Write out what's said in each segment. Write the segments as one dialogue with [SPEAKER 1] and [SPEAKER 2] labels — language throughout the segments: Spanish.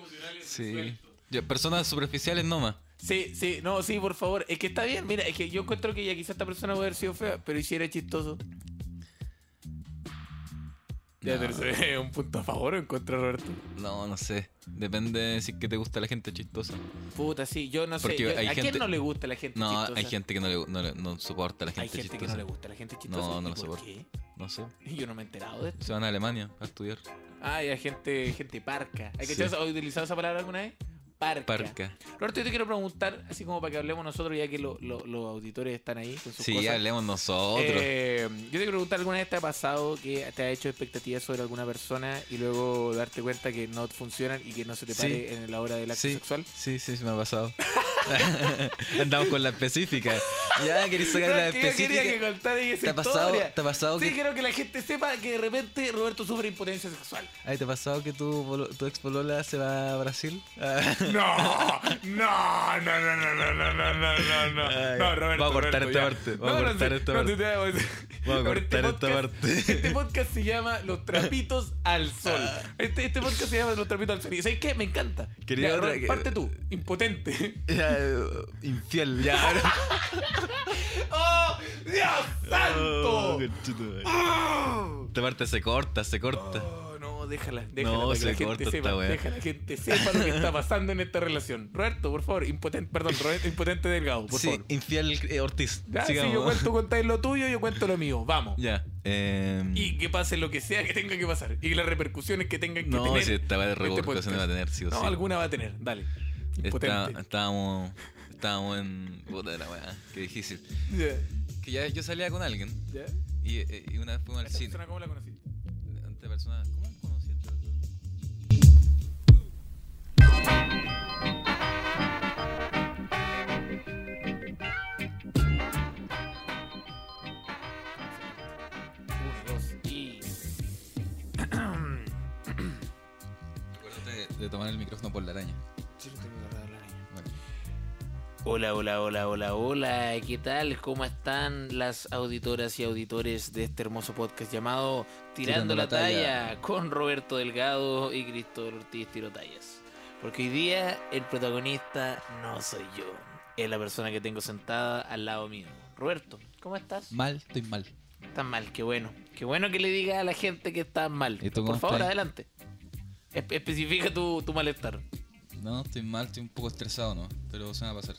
[SPEAKER 1] laterales
[SPEAKER 2] Sí.
[SPEAKER 1] sueltos.
[SPEAKER 2] Ya, personas superficiales nomás.
[SPEAKER 3] Sí, sí, no, sí, por favor. Es que está bien, mira, es que yo encuentro que ya quizá esta persona puede haber sido fea, pero hiciera chistoso. Ya,
[SPEAKER 2] No.
[SPEAKER 3] pero se ve un punto a favor o en contra, Roberto.
[SPEAKER 2] No, no sé. Depende de si es que te gusta la gente chistosa.
[SPEAKER 3] Puta, sí, yo no sé.
[SPEAKER 2] Porque
[SPEAKER 3] yo-
[SPEAKER 2] hay
[SPEAKER 3] ¿A quién
[SPEAKER 2] gente-
[SPEAKER 3] no le gusta la gente
[SPEAKER 2] No,
[SPEAKER 3] chistosa?
[SPEAKER 2] hay gente que no, le, no, le- no soporta a la gente,
[SPEAKER 3] Hay gente que
[SPEAKER 2] chistosa.
[SPEAKER 3] no le gusta la gente chistosa.
[SPEAKER 2] No, no
[SPEAKER 3] ¿Y
[SPEAKER 2] lo
[SPEAKER 3] ¿Por
[SPEAKER 2] soporto.
[SPEAKER 3] qué?
[SPEAKER 2] No sé.
[SPEAKER 3] Yo no me he enterado de esto.
[SPEAKER 2] Se van a Alemania a estudiar.
[SPEAKER 3] Ah, y hay gente, gente parca. ¿Hay
[SPEAKER 2] Sí.
[SPEAKER 3] que utilizado esa palabra alguna vez? Parca.
[SPEAKER 2] Parca.
[SPEAKER 3] Roberto, yo te quiero preguntar, así como para que hablemos nosotros, ya que lo- lo- los auditores están ahí con sus
[SPEAKER 2] Sí,
[SPEAKER 3] cosas.
[SPEAKER 2] hablemos nosotros.
[SPEAKER 3] Eh, yo te quiero preguntar, ¿alguna vez te ha pasado que te ha hecho expectativas sobre alguna persona y luego darte cuenta que no funcionan y que no se te
[SPEAKER 2] Sí.
[SPEAKER 3] pare en la hora del acto
[SPEAKER 2] Sí.
[SPEAKER 3] sexual?
[SPEAKER 2] Sí, sí, se me ha pasado. Andamos con la específica. Ya querés sacar
[SPEAKER 3] No,
[SPEAKER 2] la
[SPEAKER 3] es que yo quería
[SPEAKER 2] específica.
[SPEAKER 3] que contar esa
[SPEAKER 2] ¿Te ha pasado,
[SPEAKER 3] historia.
[SPEAKER 2] te ha pasado
[SPEAKER 3] Sí,
[SPEAKER 2] que,
[SPEAKER 3] quiero que la gente sepa que de repente Roberto sufre impotencia sexual.
[SPEAKER 2] ay, ¿te ha pasado que tu, polo- tu ex polola se va a Brasil? Ah,
[SPEAKER 3] No, no, no, no, no, no, no, no, no, no,
[SPEAKER 2] Ay,
[SPEAKER 3] no, Roberto.
[SPEAKER 2] vamos a cortar
[SPEAKER 3] Roberto,
[SPEAKER 2] esta
[SPEAKER 3] ya.
[SPEAKER 2] parte, vamos a cortar
[SPEAKER 3] sí,
[SPEAKER 2] esta
[SPEAKER 3] no,
[SPEAKER 2] parte.
[SPEAKER 3] tú te vas-
[SPEAKER 2] Vamos a
[SPEAKER 3] Pero este
[SPEAKER 2] cortar esta
[SPEAKER 3] podcast-
[SPEAKER 2] parte.
[SPEAKER 3] Este podcast se llama Los trapitos al sol.
[SPEAKER 2] Ah.
[SPEAKER 3] Este, este podcast se llama Los trapitos al sol. ¿Y sabes qué? Me encanta.
[SPEAKER 2] Quería
[SPEAKER 3] Ya,
[SPEAKER 2] otra
[SPEAKER 3] Robert,
[SPEAKER 2] que-
[SPEAKER 3] Parte tú, impotente.
[SPEAKER 2] ya, eh, infiel, ya. ahora.
[SPEAKER 3] ¡Oh, Dios santo!
[SPEAKER 2] Oh, conchetumare. Esta parte se corta, se corta.
[SPEAKER 3] Oh, No, déjala, déjala.
[SPEAKER 2] No,
[SPEAKER 3] para que
[SPEAKER 2] se
[SPEAKER 3] la gente
[SPEAKER 2] corta esta
[SPEAKER 3] sepa,
[SPEAKER 2] weá.
[SPEAKER 3] Deja la gente sepa lo que está pasando en esta relación. Roberto, por favor, impotente, perdón, Roberto, impotente delgado, por
[SPEAKER 2] sí,
[SPEAKER 3] favor.
[SPEAKER 2] infiel eh, Ortiz.
[SPEAKER 3] Ya, si yo
[SPEAKER 2] Sigamos.
[SPEAKER 3] cuento, contáis lo tuyo, yo cuento lo mío. Vamos.
[SPEAKER 2] Ya. eh,
[SPEAKER 3] Y que pase lo que sea que tenga que pasar. Y las repercusiones que tengan que
[SPEAKER 2] no,
[SPEAKER 3] tener.
[SPEAKER 2] si esta va de
[SPEAKER 3] podcast.
[SPEAKER 2] repercusiones va a tener, sí o
[SPEAKER 3] no,
[SPEAKER 2] sí.
[SPEAKER 3] alguna va a tener. Dale.
[SPEAKER 2] Está-
[SPEAKER 3] Impotente.
[SPEAKER 2] estábamos, estábamos en. Puta de la weá, qué difícil.
[SPEAKER 3] Ya,
[SPEAKER 2] Que ya yo salía con alguien
[SPEAKER 3] ya.
[SPEAKER 2] y, eh, y una vez fuimos al
[SPEAKER 3] Esta
[SPEAKER 2] cine.
[SPEAKER 3] persona, ¿Cómo la conocí?
[SPEAKER 2] Ante persona, ¿cómo este conocí a esta persona?
[SPEAKER 3] Uno, dos y.
[SPEAKER 2] Acuérdate de tomar el micrófono por la araña. Bueno.
[SPEAKER 3] Hola, hola, hola, hola, hola. ¿Qué tal? ¿Cómo están las auditoras y auditores de este hermoso podcast llamado Tirando,
[SPEAKER 2] Tirando
[SPEAKER 3] la,
[SPEAKER 2] la
[SPEAKER 3] talla,
[SPEAKER 2] talla.
[SPEAKER 3] con Roberto Delgado y Cristóbal Ortiz Tiro Tallas? Porque hoy día el protagonista no soy yo, es la persona que tengo sentada al lado mío. Roberto, ¿cómo estás?
[SPEAKER 2] Mal, estoy mal.
[SPEAKER 3] Estás mal, qué bueno. Qué bueno que le diga a la gente que estás mal.
[SPEAKER 2] ¿Y tú
[SPEAKER 3] Por
[SPEAKER 2] cómo
[SPEAKER 3] favor,
[SPEAKER 2] estás?
[SPEAKER 3] adelante. Espe- especifica tu, tu malestar.
[SPEAKER 2] No, estoy mal, estoy un poco estresado, ¿no? Pero se me va a pasar.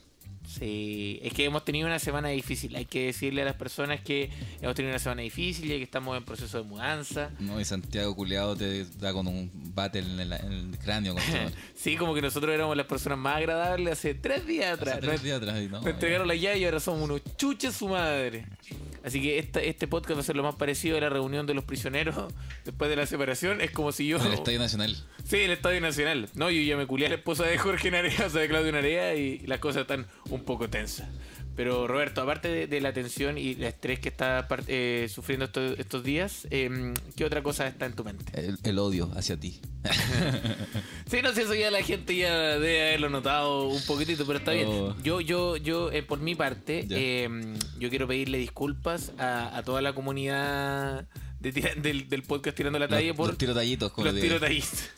[SPEAKER 3] Sí, es que hemos tenido una semana difícil. Hay que decirle a las personas que hemos tenido una semana difícil y que estamos en proceso de mudanza.
[SPEAKER 2] No, y Santiago Culeado te da con un bate en el, en el cráneo. Con
[SPEAKER 3] Sí, como que nosotros éramos las personas más agradables hace tres días atrás.
[SPEAKER 2] Hace tres días atrás, y no,
[SPEAKER 3] Nos entregaron la llave y ahora somos unos chuches su madre. Así que esta- este podcast va a ser lo más parecido a la reunión de los prisioneros después de la separación. Es como si yo...
[SPEAKER 2] En el Estadio Nacional.
[SPEAKER 3] Sí, el Estadio Nacional. No, yo ya me culé a la esposa de Jorge Narea, o sea, de Claudio Narea, y las cosas están un poco tensas. Pero Roberto, aparte de, de la tensión y el estrés que está par- eh, sufriendo esto- estos días, eh, ¿qué otra cosa está en tu mente?
[SPEAKER 2] El, el odio hacia ti.
[SPEAKER 3] Sí, no sé, eso ya la gente ya debe haberlo notado un poquitito, pero está
[SPEAKER 2] Oh.
[SPEAKER 3] bien. Yo, yo, yo, eh, por mi parte,
[SPEAKER 2] Ya.
[SPEAKER 3] eh, yo quiero pedirle disculpas a, a toda la comunidad de tira- del, del podcast Tirando la Talla
[SPEAKER 2] Los,
[SPEAKER 3] por
[SPEAKER 2] los tirotallitos, como
[SPEAKER 3] los
[SPEAKER 2] le digo.
[SPEAKER 3] tiro tallitas.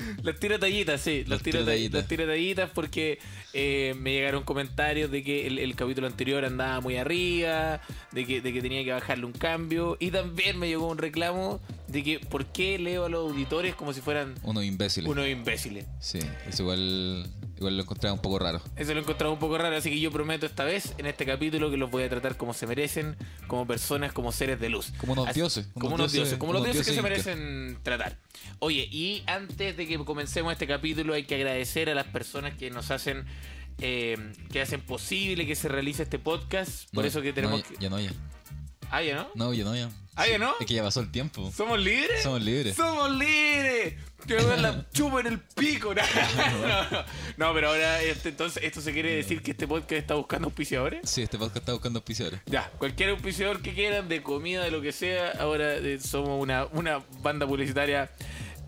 [SPEAKER 3] Los tiro tallitas, sí. Los,
[SPEAKER 2] Los
[SPEAKER 3] tiro
[SPEAKER 2] tiro
[SPEAKER 3] tallitas.
[SPEAKER 2] tallita.
[SPEAKER 3] Los tiro tallitas porque eh, me llegaron comentarios de que el, el capítulo anterior andaba muy arriba, de que, de que tenía que bajarle un cambio. Y también me llegó un reclamo de que por qué leo a los auditores como si fueran
[SPEAKER 2] Unos imbéciles.
[SPEAKER 3] unos imbéciles.
[SPEAKER 2] Sí, es igual, igual lo encontraba un poco raro.
[SPEAKER 3] Eso lo he encontrado un poco raro, así que yo prometo esta vez, en este capítulo, que los voy a tratar como se merecen, como personas, como seres de luz.
[SPEAKER 2] Como unos
[SPEAKER 3] Así-
[SPEAKER 2] dioses,
[SPEAKER 3] Como unos dioses, como los dioses que se merecen tratar. Oye, y antes de que comencemos este capítulo, hay que agradecer a las personas que nos hacen. eh, que hacen posible que se realice este podcast. Por
[SPEAKER 2] No,
[SPEAKER 3] eso que tenemos
[SPEAKER 2] no,
[SPEAKER 3] que.
[SPEAKER 2] Ya, ya no, ya.
[SPEAKER 3] Ah, ya no.
[SPEAKER 2] No, ya no, ya.
[SPEAKER 3] Ah, ya no.
[SPEAKER 2] Es que ya pasó el tiempo.
[SPEAKER 3] ¿Somos libres?
[SPEAKER 2] Somos libres.
[SPEAKER 3] ¡Somos libres! Que me den la chupa en el pico. No, no, no. No, pero ahora, este, entonces, esto se quiere decir que este podcast está buscando auspiciadores.
[SPEAKER 2] Sí, este podcast está buscando auspiciadores.
[SPEAKER 3] Ya, cualquier auspiciador que quieran, de comida, de lo que sea, ahora eh, somos una, una banda publicitaria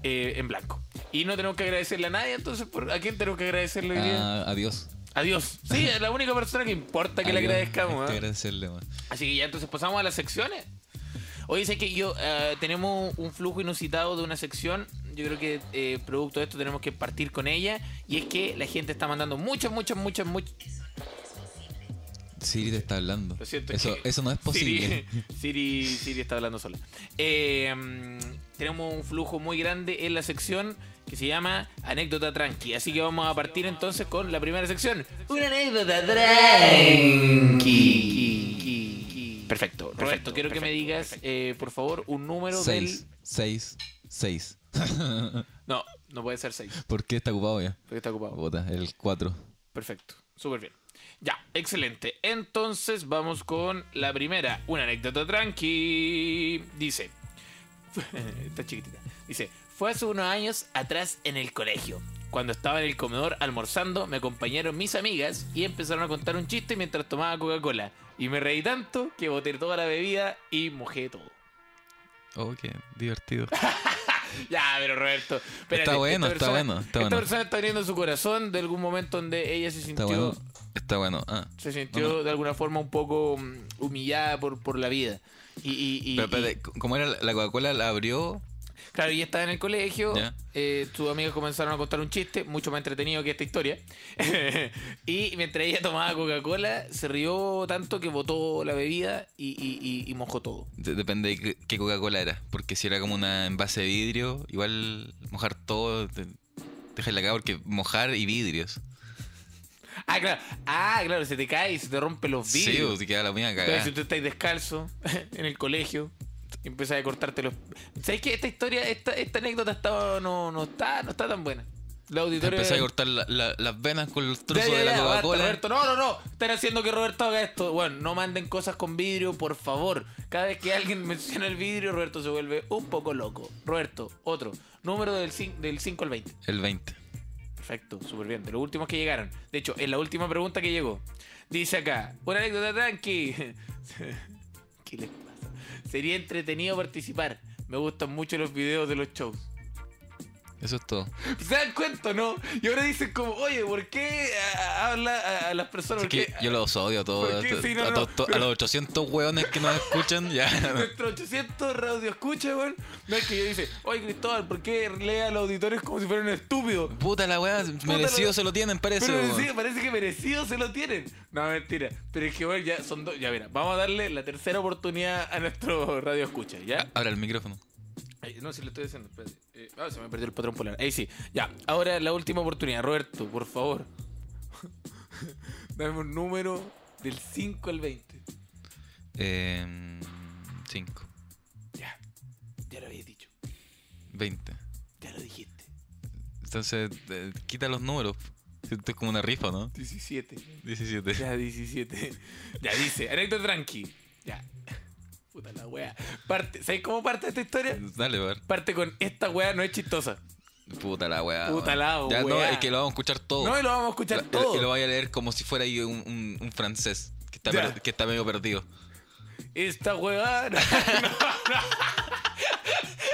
[SPEAKER 3] eh, en blanco. Y no tenemos que agradecerle a nadie, entonces, ¿por- ¿a quién tenemos que agradecerle hoy día?
[SPEAKER 2] Ah, adiós.
[SPEAKER 3] Adiós. Sí, es la única persona que importa que le
[SPEAKER 2] Adiós. Este,
[SPEAKER 3] agradezcamos.
[SPEAKER 2] Hay que
[SPEAKER 3] ¿eh?
[SPEAKER 2] agradecerle, man.
[SPEAKER 3] Así que ya entonces pasamos a las secciones. Hoy sé que yo eh, tenemos un flujo inusitado de una sección yo creo que eh, producto de esto tenemos que partir con ella. Y es que la gente está mandando muchas, muchas, muchas, muchas.
[SPEAKER 2] Siri te está hablando.
[SPEAKER 3] Lo siento, es
[SPEAKER 2] Eso,
[SPEAKER 3] que
[SPEAKER 2] eso no es posible.
[SPEAKER 3] Siri, Siri, Siri está hablando sola. Eh, mm, tenemos un flujo muy grande en la sección que se llama Anécdota Tranqui. Así que vamos a partir entonces con la primera sección. Una anécdota tranqui. Perfecto, perfecto. quiero que me digas, eh, por favor, un número
[SPEAKER 2] Seis,
[SPEAKER 3] del...
[SPEAKER 2] seis, seis.
[SPEAKER 3] No, no puede ser 6,
[SPEAKER 2] ¿Por qué está ocupado ya?
[SPEAKER 3] porque está ocupado.
[SPEAKER 2] Puta, el 4.
[SPEAKER 3] Perfecto, súper bien. Ya, excelente. Entonces vamos con la primera, una anécdota tranqui. Dice, está chiquitita. Dice, fue hace unos años atrás en el colegio. Cuando estaba en el comedor almorzando, me acompañaron mis amigas y empezaron a contar un chiste mientras tomaba Coca-Cola. Y me reí tanto que boté toda la bebida y mojé todo.
[SPEAKER 2] Oh, qué divertido.
[SPEAKER 3] Ya, pero Roberto. espérate,
[SPEAKER 2] Está bueno,
[SPEAKER 3] esta
[SPEAKER 2] está
[SPEAKER 3] persona-
[SPEAKER 2] bueno, está
[SPEAKER 3] Esta
[SPEAKER 2] bueno.
[SPEAKER 3] persona está abriendo su corazón de algún momento donde ella se
[SPEAKER 2] Está
[SPEAKER 3] sintió
[SPEAKER 2] bueno. Está bueno. Ah.
[SPEAKER 3] se sintió de alguna forma un poco mm, humillada por, por la vida. Y, y- y-
[SPEAKER 2] Pero
[SPEAKER 3] y-
[SPEAKER 2] espérate, ¿cómo era? La Coca-Cola la abrió.
[SPEAKER 3] claro, ella estaba en el colegio,
[SPEAKER 2] Ya.
[SPEAKER 3] eh, sus amigos comenzaron a contar un chiste, mucho más entretenido que esta historia. y mientras ella tomaba Coca-Cola, se rió tanto que botó la bebida y, y- y- y mojó todo.
[SPEAKER 2] De- Depende de qué- qué Coca-Cola era. Porque si era como una envase de vidrio, igual mojar todo. te- Déjala acá porque mojar y vidrios.
[SPEAKER 3] Ah, claro, ah, claro, se te cae y se te rompen los
[SPEAKER 2] Sí,
[SPEAKER 3] vidrios.
[SPEAKER 2] o te queda la mía
[SPEAKER 3] Entonces,
[SPEAKER 2] cagada.
[SPEAKER 3] si usted estáis descalzo en el colegio y empezáis a cortarte los. ¿Sabéis que esta historia, esta, esta anécdota está, no, no, está, no está tan buena? La
[SPEAKER 2] Te
[SPEAKER 3] auditoría.
[SPEAKER 2] empezás a cortar la- la- las venas con los
[SPEAKER 3] Ya,
[SPEAKER 2] trozos
[SPEAKER 3] ya,
[SPEAKER 2] de la
[SPEAKER 3] ya, basta,
[SPEAKER 2] Coca-Cola.
[SPEAKER 3] Roberto, no, no, no. Están haciendo que Roberto haga esto. Bueno, no manden cosas con vidrio, por favor. Cada vez que alguien menciona el vidrio, Roberto se vuelve un poco loco. Roberto, otro. Número del, cin- del 5 al 20.
[SPEAKER 2] El 20.
[SPEAKER 3] Perfecto, súper bien. De los últimos que llegaron. De hecho, es la última pregunta que llegó. Dice acá, una anécdota tranqui. ¿Qué les pasa? Sería entretenido participar. Me gustan mucho los videos de los shows.
[SPEAKER 2] Eso es todo.
[SPEAKER 3] ¿Se dan cuenta, no? Y ahora dicen como, oye, ¿por qué ah, habla a, a las personas?
[SPEAKER 2] Es
[SPEAKER 3] ¿Por qué
[SPEAKER 2] que yo los odio a todos.
[SPEAKER 3] ¿Por
[SPEAKER 2] A,
[SPEAKER 3] qué? Sí, no,
[SPEAKER 2] a
[SPEAKER 3] no,
[SPEAKER 2] todos- to- a los 800 hueones que nos escuchan, ya.
[SPEAKER 3] Nuestro 800 radio escucha, weón. No es que yo dice, oye Cristóbal, ¿por qué lea a los auditores como si fueran estúpidos?
[SPEAKER 2] Puta la weá, merecido
[SPEAKER 3] la-
[SPEAKER 2] se lo tienen, parece.
[SPEAKER 3] Pero
[SPEAKER 2] weón.
[SPEAKER 3] merecido- parece que merecido se lo tienen. No, mentira. Pero es que, weón, ya son dos. Ya, mira, vamos a darle la tercera oportunidad a nuestro radio escucha, ¿ya?
[SPEAKER 2] Ahora el micrófono.
[SPEAKER 3] Ay, No, si lo estoy diciendo. espérate. Eh, ah, se me perdió el patrón polar. Ahí sí. Ya, ahora la última oportunidad. Roberto, por favor. Dame un número del 5 al 20.
[SPEAKER 2] Em, 5,
[SPEAKER 3] Ya. Ya lo habías dicho.
[SPEAKER 2] 20.
[SPEAKER 3] Ya lo dijiste.
[SPEAKER 2] Entonces, eh, quita los números. Esto es como una rifa, ¿no?
[SPEAKER 3] 17.
[SPEAKER 2] 17.
[SPEAKER 3] Ya, 17. Ya dice, anécdota tranqui. Ya. Puta la wea. Parte, ¿Sabes cómo parte esta historia?
[SPEAKER 2] Dale, a ver.
[SPEAKER 3] Parte con esta wea no es chistosa.
[SPEAKER 2] Puta la weá.
[SPEAKER 3] Puta
[SPEAKER 2] weón.
[SPEAKER 3] la
[SPEAKER 2] Ya no,
[SPEAKER 3] weá.
[SPEAKER 2] es que lo vamos a escuchar todo.
[SPEAKER 3] No, y lo vamos a escuchar
[SPEAKER 2] Oh. La-
[SPEAKER 3] todo.
[SPEAKER 2] Y lo vaya a leer como si fuera ahí un, un- un francés que está,
[SPEAKER 3] Ya.
[SPEAKER 2] per- que está medio perdido.
[SPEAKER 3] Esta wea. No,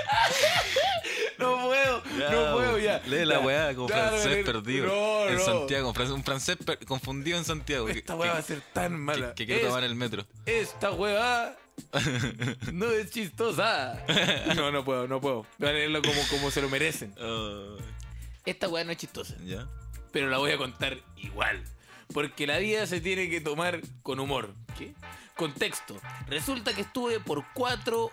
[SPEAKER 3] no. No puedo, no puedo ya.
[SPEAKER 2] Lee la
[SPEAKER 3] Ya.
[SPEAKER 2] weá como
[SPEAKER 3] Ya,
[SPEAKER 2] francés
[SPEAKER 3] no,
[SPEAKER 2] perdido.
[SPEAKER 3] No,
[SPEAKER 2] en
[SPEAKER 3] no.
[SPEAKER 2] Santiago, fran- un francés per- confundido en Santiago. que-
[SPEAKER 3] Esta weá va a
[SPEAKER 2] que-
[SPEAKER 3] ser tan
[SPEAKER 2] que-
[SPEAKER 3] mala.
[SPEAKER 2] que quiere
[SPEAKER 3] Es-
[SPEAKER 2] tomar el metro.
[SPEAKER 3] Esta hueva no es chistosa. No, no puedo, no puedo. Voy a leerlo como, como se lo merecen. Oh, Esta hueva no es chistosa,
[SPEAKER 2] ¿Ya?
[SPEAKER 3] pero la voy a contar igual. Porque la vida se tiene que tomar con humor. ¿Qué? Contexto. Resulta que estuve por cuatro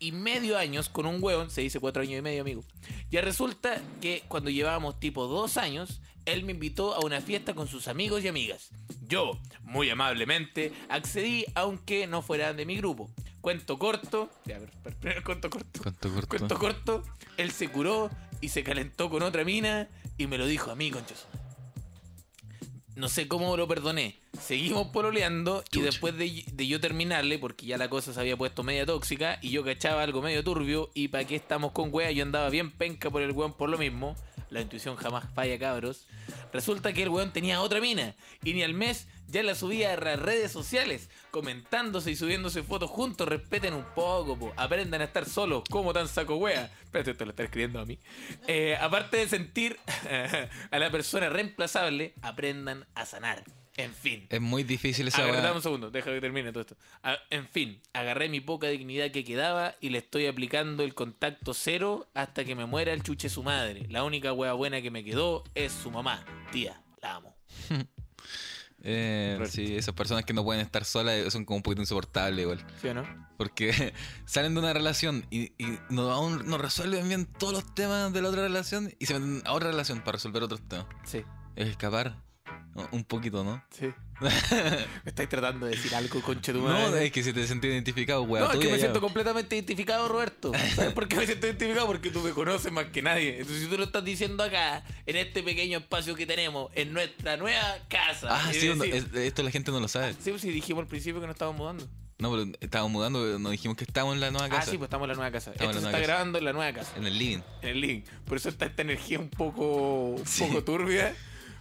[SPEAKER 3] y medio años con un hueón, se dice cuatro años y medio, amigo. Ya resulta que cuando llevábamos tipo dos años, él me invitó a una fiesta con sus amigos y amigas. Yo, muy amablemente, accedí aunque no fueran de mi grupo. Cuento corto. Ya, pero- pero primero cuento corto.
[SPEAKER 2] ¿Cuánto corto?
[SPEAKER 3] Cuento corto, él se curó y se calentó con otra mina y me lo dijo a mí, conchoso. No sé cómo lo perdoné. Seguimos pololeando y
[SPEAKER 2] Chucha.
[SPEAKER 3] después de, de yo terminarle, porque ya la cosa se había puesto media tóxica y yo cachaba algo medio turbio y para qué estamos con wea, yo andaba bien penca por el weón por lo mismo. La intuición jamás falla, cabros. Resulta que el weón tenía otra mina y ni al mes ya la subía a las redes sociales, comentándose y subiéndose fotos juntos. Respeten un poco, po. aprendan a estar solos, como tan saco wea. Espérate, esto lo está escribiendo a mí. Eh, aparte de sentir a la persona reemplazable, aprendan a sanar. En fin.
[SPEAKER 2] Es muy difícil esa
[SPEAKER 3] Agarra-
[SPEAKER 2] weá.
[SPEAKER 3] dame un segundo, deja que termine todo esto. A- en fin, agarré mi poca dignidad que quedaba y le estoy aplicando el contacto cero hasta que me muera el chuche su madre. La única wea buena que me quedó es su mamá. Tía, la amo.
[SPEAKER 2] Eh,
[SPEAKER 3] Roberto.
[SPEAKER 2] sí, esas personas que no pueden estar solas son como un poquito insoportables igual.
[SPEAKER 3] ¿Sí o no? Porque
[SPEAKER 2] Porque salen de una relación y, y no, aún no resuelven bien todos los temas de la otra relación y se meten a otra relación para resolver otros temas.
[SPEAKER 3] Sí,
[SPEAKER 2] Es escapar ¿no? un poquito, ¿no?
[SPEAKER 3] sí. me estáis tratando de decir algo, conche tu madre.
[SPEAKER 2] No, es que si te sentís identificado, weá.
[SPEAKER 3] No, es que
[SPEAKER 2] tuya,
[SPEAKER 3] me
[SPEAKER 2] ya.
[SPEAKER 3] siento completamente identificado, Roberto. ¿Sabes por qué me siento identificado? Porque tú me conoces más que nadie. Entonces, si tú lo estás diciendo acá, en este pequeño espacio que tenemos, en nuestra nueva casa.
[SPEAKER 2] Ah,
[SPEAKER 3] es
[SPEAKER 2] sí, no,
[SPEAKER 3] decir,
[SPEAKER 2] es- esto la gente no lo sabe.
[SPEAKER 3] Sí, pues sí, dijimos al principio que nos estábamos mudando.
[SPEAKER 2] No, pero estábamos mudando, pero nos dijimos que estábamos en la nueva
[SPEAKER 3] Ah,
[SPEAKER 2] casa.
[SPEAKER 3] sí, pues estamos en la nueva casa.
[SPEAKER 2] Estamos
[SPEAKER 3] Esto se
[SPEAKER 2] en la
[SPEAKER 3] está
[SPEAKER 2] nueva casa.
[SPEAKER 3] grabando en la nueva casa,
[SPEAKER 2] En el living.
[SPEAKER 3] en el link. Por eso está esta energía un poco, un
[SPEAKER 2] Sí.
[SPEAKER 3] poco turbia.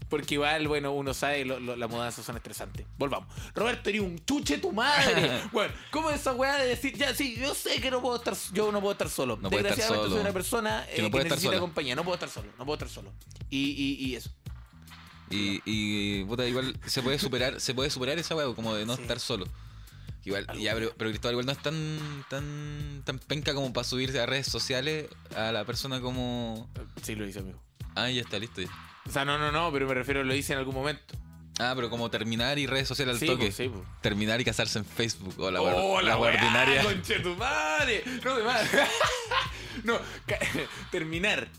[SPEAKER 3] Porque igual, bueno, uno sabe, lo, lo- las mudanzas son estresantes. Volvamos. Roberto, eres un chuche tu madre. bueno, ¿cómo es esa weá de decir, ya, sí, yo sé que no puedo estar, yo no puedo estar solo.
[SPEAKER 2] No puede estar
[SPEAKER 3] Desgraciadamente
[SPEAKER 2] solo.
[SPEAKER 3] soy una persona eh,
[SPEAKER 2] Que no
[SPEAKER 3] que,
[SPEAKER 2] puede estar
[SPEAKER 3] necesita
[SPEAKER 2] sola.
[SPEAKER 3] compañía. No puedo estar solo, no puedo estar solo. Y, y, y eso.
[SPEAKER 2] Y, y puta, igual se puede superar, se puede superar esa weá, como de no
[SPEAKER 3] Sí.
[SPEAKER 2] estar solo. Igual,
[SPEAKER 3] Algo.
[SPEAKER 2] ya, pero, pero Cristóbal igual no es tan, tan, tan penca como para subirse a redes sociales a la persona como.
[SPEAKER 3] Sí, lo hice, amigo.
[SPEAKER 2] Ah, ya está, listo. ya.
[SPEAKER 3] O sea, no, no, no, pero me refiero, lo hice en algún momento.
[SPEAKER 2] Ah, pero como terminar y redes sociales al
[SPEAKER 3] sí,
[SPEAKER 2] toque.
[SPEAKER 3] pues, sí, pues.
[SPEAKER 2] Terminar y casarse en Facebook o la, guar-
[SPEAKER 3] ¡Oh,
[SPEAKER 2] la
[SPEAKER 3] weá,
[SPEAKER 2] guardinaria.
[SPEAKER 3] conche tu madre! No, de más. no, ca- terminar.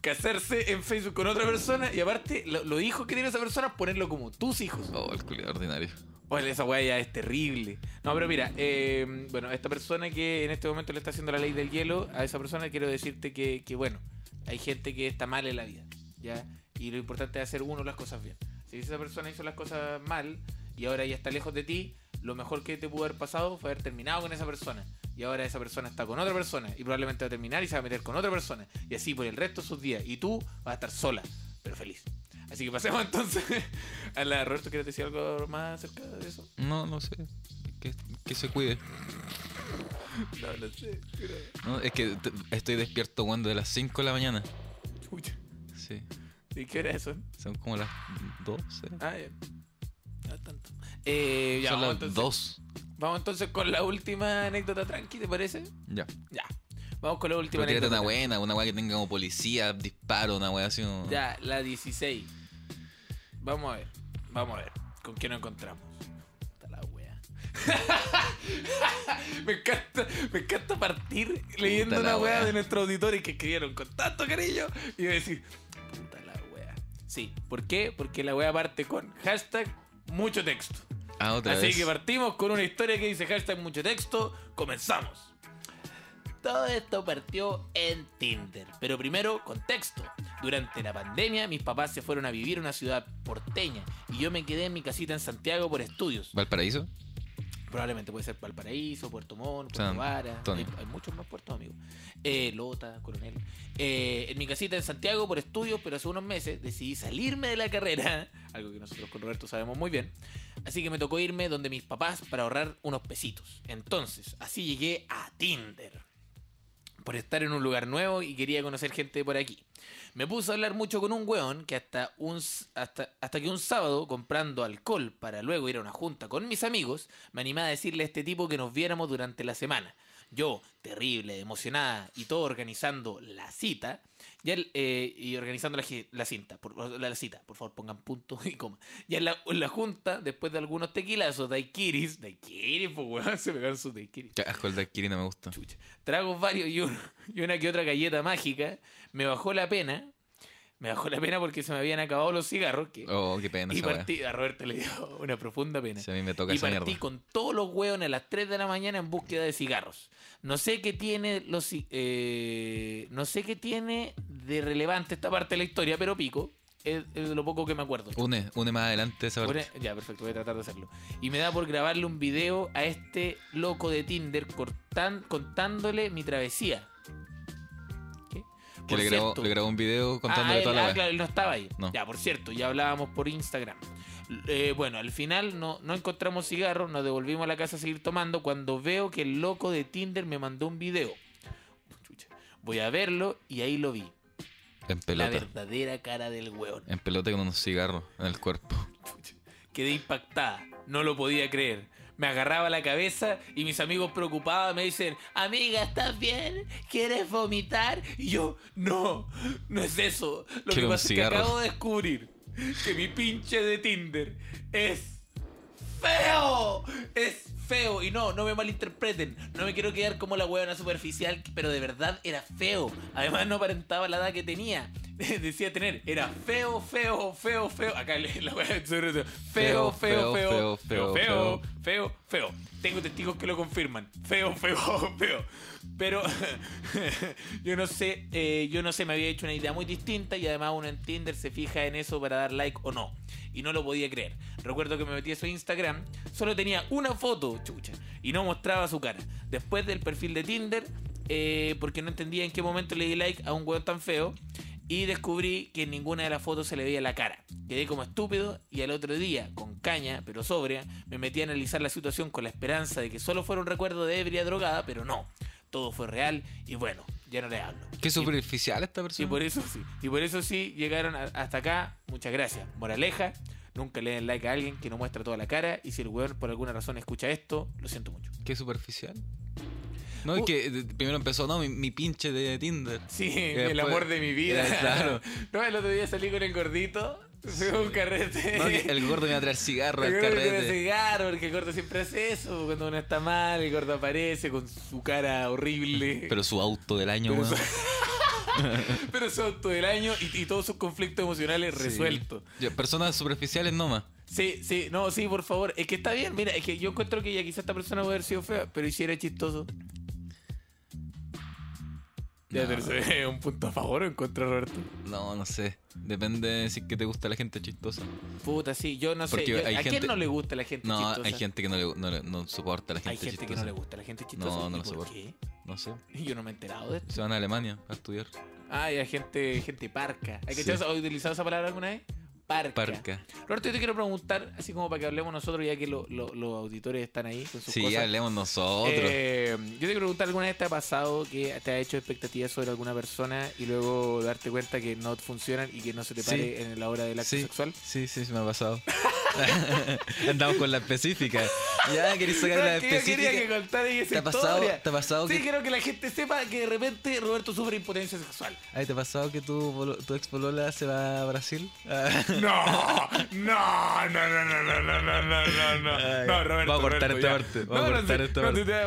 [SPEAKER 3] Casarse en Facebook con otra persona y aparte, lo- los hijos que tiene esa persona, ponerlo como tus hijos.
[SPEAKER 2] Oh, el culiao ordinario.
[SPEAKER 3] Oye, esa weá ya es terrible. No, pero mira, eh, bueno, esta persona que en este momento le está haciendo la ley del hielo, a esa persona quiero decirte que, que, bueno, hay gente que está mal en la vida, ¿ya? Y lo importante es hacer uno las cosas bien. Si esa persona hizo las cosas mal y ahora ya está lejos de ti, lo mejor que te pudo haber pasado fue haber terminado con esa persona. Y ahora esa persona está con otra persona y probablemente va a terminar y se va a meter con otra persona. Y así por el resto de sus días. Y tú vas a estar sola, pero feliz. Así que pasemos entonces a la... Roberto, ¿quieres decir algo más acerca de eso?
[SPEAKER 2] No, no sé. Que, que se cuide.
[SPEAKER 3] No, no sé. pero-
[SPEAKER 2] No, es que te- estoy despierto cuando de las 5 de la mañana.
[SPEAKER 3] Chucha.
[SPEAKER 2] Sí.
[SPEAKER 3] ¿Y qué hora es eso?
[SPEAKER 2] Son como las 12.
[SPEAKER 3] Ah, ya. No tanto. Eh, ya,
[SPEAKER 2] Son
[SPEAKER 3] vamos,
[SPEAKER 2] las
[SPEAKER 3] entonces,
[SPEAKER 2] 2.
[SPEAKER 3] vamos entonces con la última anécdota tranqui, ¿te parece?
[SPEAKER 2] Ya.
[SPEAKER 3] Ya. Vamos con la última
[SPEAKER 2] Pero tírate
[SPEAKER 3] anécdota.
[SPEAKER 2] una buena, una weá que tenga como policía, disparo, una weá así. ¿no?
[SPEAKER 3] Ya, la 16. Vamos a ver. Vamos a ver. ¿Con qué nos encontramos? Puta la wea. me, encanta, me encanta partir leyendo
[SPEAKER 2] la
[SPEAKER 3] una wea,
[SPEAKER 2] wea.
[SPEAKER 3] de nuestros auditores que escribieron con tanto cariño y decir, puta la wea. Sí, ¿por qué? Porque la wea parte con hashtag mucho texto.
[SPEAKER 2] Ah, otra
[SPEAKER 3] Así
[SPEAKER 2] vez.
[SPEAKER 3] que partimos con una historia que dice hashtag mucho texto. Comenzamos. Todo esto partió en Tinder, pero primero contexto. Durante la pandemia mis papás se fueron a vivir a una ciudad porteña y yo me quedé en mi casita en Santiago por estudios.
[SPEAKER 2] ¿Valparaíso?
[SPEAKER 3] Probablemente puede ser Valparaíso, Puerto Montt, Puerto
[SPEAKER 2] San
[SPEAKER 3] Vara. Hay,
[SPEAKER 2] Antonio.
[SPEAKER 3] hay muchos más puertos, amigos. Eh, Lota, Coronel. Eh, en mi casita en Santiago por estudios, pero hace unos meses decidí salirme de la carrera, algo que nosotros con Roberto sabemos muy bien. Así que me tocó irme donde mis papás para ahorrar unos pesitos. Entonces, así llegué a Tinder. Por estar en un lugar nuevo y quería conocer gente por aquí. Me puse a hablar mucho con un weón que hasta, un, s- hasta, hasta que un sábado, comprando alcohol para luego ir a una junta con mis amigos, me animé a decirle a este tipo que nos viéramos durante la semana. Yo, terrible, emocionada y todo organizando la cita, y, al- eh, y organizando la, gi- la cinta, por, la, la cita, por favor pongan punto y coma. Ya en la, en la junta, después de algunos tequilazos, daiquiris, daiquiris, pues weón, se pegaron sus daiquiris.
[SPEAKER 2] Qué asco el daiquiri, no me gusta.
[SPEAKER 3] Chucha. Tragos varios y, un- y una que otra galleta mágica. Me bajó la pena. Me bajó la pena porque se me habían acabado los cigarros. Que,
[SPEAKER 2] Oh, qué pena
[SPEAKER 3] y
[SPEAKER 2] esa weá.
[SPEAKER 3] partí, a Roberto le dio una profunda pena.
[SPEAKER 2] Si a mí me toca
[SPEAKER 3] Y
[SPEAKER 2] esa
[SPEAKER 3] partí
[SPEAKER 2] mierda.
[SPEAKER 3] con todos los hueones a las 3 de la mañana en búsqueda de cigarros. No sé qué tiene los ci- eh, no sé qué tiene de relevante esta parte de la historia, pero pico. Es, es de lo poco que me acuerdo.
[SPEAKER 2] Une, une más adelante esa parte.
[SPEAKER 3] Pone- e-, ya, perfecto, voy a tratar de hacerlo. Y me da por grabarle un video a este loco de Tinder cortan- contándole mi travesía. ¿Qué?
[SPEAKER 2] Que
[SPEAKER 3] Por
[SPEAKER 2] le grabó,
[SPEAKER 3] cierto-
[SPEAKER 2] le grabó un video contándole
[SPEAKER 3] Ah,
[SPEAKER 2] toda
[SPEAKER 3] él-
[SPEAKER 2] la
[SPEAKER 3] ah,
[SPEAKER 2] weá.
[SPEAKER 3] claro, él no estaba ahí.
[SPEAKER 2] No.
[SPEAKER 3] Ya, por cierto, ya hablábamos por Instagram. L- eh, bueno, al final no, no encontramos cigarros, nos devolvimos a la casa a seguir tomando cuando veo que el loco de Tinder me mandó un video. Chucha. Voy a verlo y ahí lo vi.
[SPEAKER 2] En
[SPEAKER 3] La
[SPEAKER 2] pelota.
[SPEAKER 3] verdadera cara del weón.
[SPEAKER 2] En pelota con unos cigarros en el cuerpo.
[SPEAKER 3] Quedé impactada, no lo podía creer. Me agarraba la cabeza y mis amigos preocupados me dicen, amiga, ¿estás bien? ¿Quieres vomitar? Y yo, no, no es eso. Lo
[SPEAKER 2] Quiero
[SPEAKER 3] que
[SPEAKER 2] un
[SPEAKER 3] pasa es que
[SPEAKER 2] cigarro".
[SPEAKER 3] acabo de descubrir que mi pinche de Tinder es feo. Es feo. Y no, no me malinterpreten. No me quiero quedar como la huevona superficial, pero de verdad era feo. Además no aparentaba la edad que tenía. Decía tener, era feo, feo, feo, feo. Acá le- la hueá de sobre- feo, feo, feo, feo, feo, feo, feo, feo. Tengo testigos que lo confirman. Feo, feo, feo. Pero yo no sé, eh, yo no sé, me había hecho una idea muy distinta y además uno en Tinder se fija en eso para dar like o no. Y no lo podía creer. Recuerdo que me metí a su Instagram, solo tenía una foto, chucha, y no mostraba su cara. Después del perfil de Tinder, eh, porque no entendía en qué momento le di like a un weón tan feo. Y descubrí que en ninguna de las fotos se le veía la cara. Quedé como estúpido y al otro día, con caña, pero sobria, me metí a analizar la situación con la esperanza de que solo fuera un recuerdo de ebria drogada, pero no. Todo fue real y bueno, ya no le hablo.
[SPEAKER 2] Qué
[SPEAKER 3] Y-
[SPEAKER 2] superficial esta
[SPEAKER 3] y
[SPEAKER 2] persona.
[SPEAKER 3] por eso sí. Y por eso sí llegaron a- hasta acá. Muchas gracias. Moraleja, nunca le den like a alguien que no muestra toda la cara. Y si el weón por alguna razón escucha esto, lo siento mucho.
[SPEAKER 2] Qué superficial. No,
[SPEAKER 3] Uh.
[SPEAKER 2] es que eh, primero empezó, no, mi, mi pinche de Tinder.
[SPEAKER 3] Sí,
[SPEAKER 2] después-
[SPEAKER 3] el amor de mi vida.
[SPEAKER 2] Ya, claro.
[SPEAKER 3] No, el otro día salí con el gordito. Fui a un carrete.
[SPEAKER 2] No, que el gordo me va a traer cigarro
[SPEAKER 3] El
[SPEAKER 2] al
[SPEAKER 3] gordo quiere
[SPEAKER 2] carrete.
[SPEAKER 3] cigarro, porque el gordo siempre hace eso. Cuando uno está mal, el gordo aparece con su cara horrible.
[SPEAKER 2] Pero su auto del año,
[SPEAKER 3] Pero
[SPEAKER 2] weón.
[SPEAKER 3] Pero su auto del año y, y todos sus conflictos emocionales
[SPEAKER 2] Sí.
[SPEAKER 3] resueltos.
[SPEAKER 2] Ya, Personas superficiales nomás.
[SPEAKER 3] Sí, sí, no, sí, por favor. Es que está bien, mira, es que yo encuentro que ya quizá esta persona puede haber sido fea, pero hiciera chistoso. Ya,
[SPEAKER 2] No.
[SPEAKER 3] pero se ve un punto a favor o en contra, Roberto.
[SPEAKER 2] No, no sé. Depende de si es que te gusta la gente chistosa.
[SPEAKER 3] Puta, sí, yo no sé.
[SPEAKER 2] Porque
[SPEAKER 3] yo-
[SPEAKER 2] hay
[SPEAKER 3] ¿A quién
[SPEAKER 2] gente-
[SPEAKER 3] no le gusta la gente
[SPEAKER 2] No,
[SPEAKER 3] chistosa?
[SPEAKER 2] hay gente que no, le, no, le- no soporta a la gente,
[SPEAKER 3] Hay gente que
[SPEAKER 2] chistosa.
[SPEAKER 3] no le gusta la gente chistosa.
[SPEAKER 2] No, no
[SPEAKER 3] ¿Y
[SPEAKER 2] lo
[SPEAKER 3] por
[SPEAKER 2] soporto.
[SPEAKER 3] qué?
[SPEAKER 2] No sé.
[SPEAKER 3] Yo no me he enterado de esto.
[SPEAKER 2] Se van a Alemania a estudiar.
[SPEAKER 3] Ah, y hay gente, gente parca. ¿Hay
[SPEAKER 2] Sí.
[SPEAKER 3] cachado esa- ¿Has utilizado esa palabra alguna vez? Parca.
[SPEAKER 2] Parca.
[SPEAKER 3] Roberto, yo te quiero preguntar, así como para que hablemos nosotros, ya que lo- lo- los auditores están ahí con sus
[SPEAKER 2] Sí,
[SPEAKER 3] cosas.
[SPEAKER 2] hablemos nosotros.
[SPEAKER 3] Eh, yo te quiero preguntar, ¿alguna vez te ha pasado que te ha hecho expectativas sobre alguna persona y luego darte cuenta que no funcionan y que no se te
[SPEAKER 2] Sí.
[SPEAKER 3] pare en la hora del acto
[SPEAKER 2] Sí.
[SPEAKER 3] sexual?
[SPEAKER 2] Sí, sí, se me ha pasado. Andamos con la específica. Ya, queréis sacar
[SPEAKER 3] No,
[SPEAKER 2] la
[SPEAKER 3] es que yo
[SPEAKER 2] específica.
[SPEAKER 3] quería que contaras esa
[SPEAKER 2] ¿Te ha pasado,
[SPEAKER 3] historia.
[SPEAKER 2] te ha pasado
[SPEAKER 3] Sí,
[SPEAKER 2] que,
[SPEAKER 3] quiero que la gente sepa que de repente Roberto sufre impotencia sexual.
[SPEAKER 2] ay, ¿te ha pasado que tu, bolo- tu ex polola se va a Brasil? Ah.
[SPEAKER 3] No, no, no, no, no, no, no, no, no, no, no.
[SPEAKER 2] Ay,
[SPEAKER 3] No, Roberto.
[SPEAKER 2] voy a cortar
[SPEAKER 3] Roberto,
[SPEAKER 2] esta
[SPEAKER 3] ya.
[SPEAKER 2] parte, voy a
[SPEAKER 3] No, no,
[SPEAKER 2] cortar
[SPEAKER 3] sí,
[SPEAKER 2] esta
[SPEAKER 3] no,
[SPEAKER 2] parte.
[SPEAKER 3] tú te vas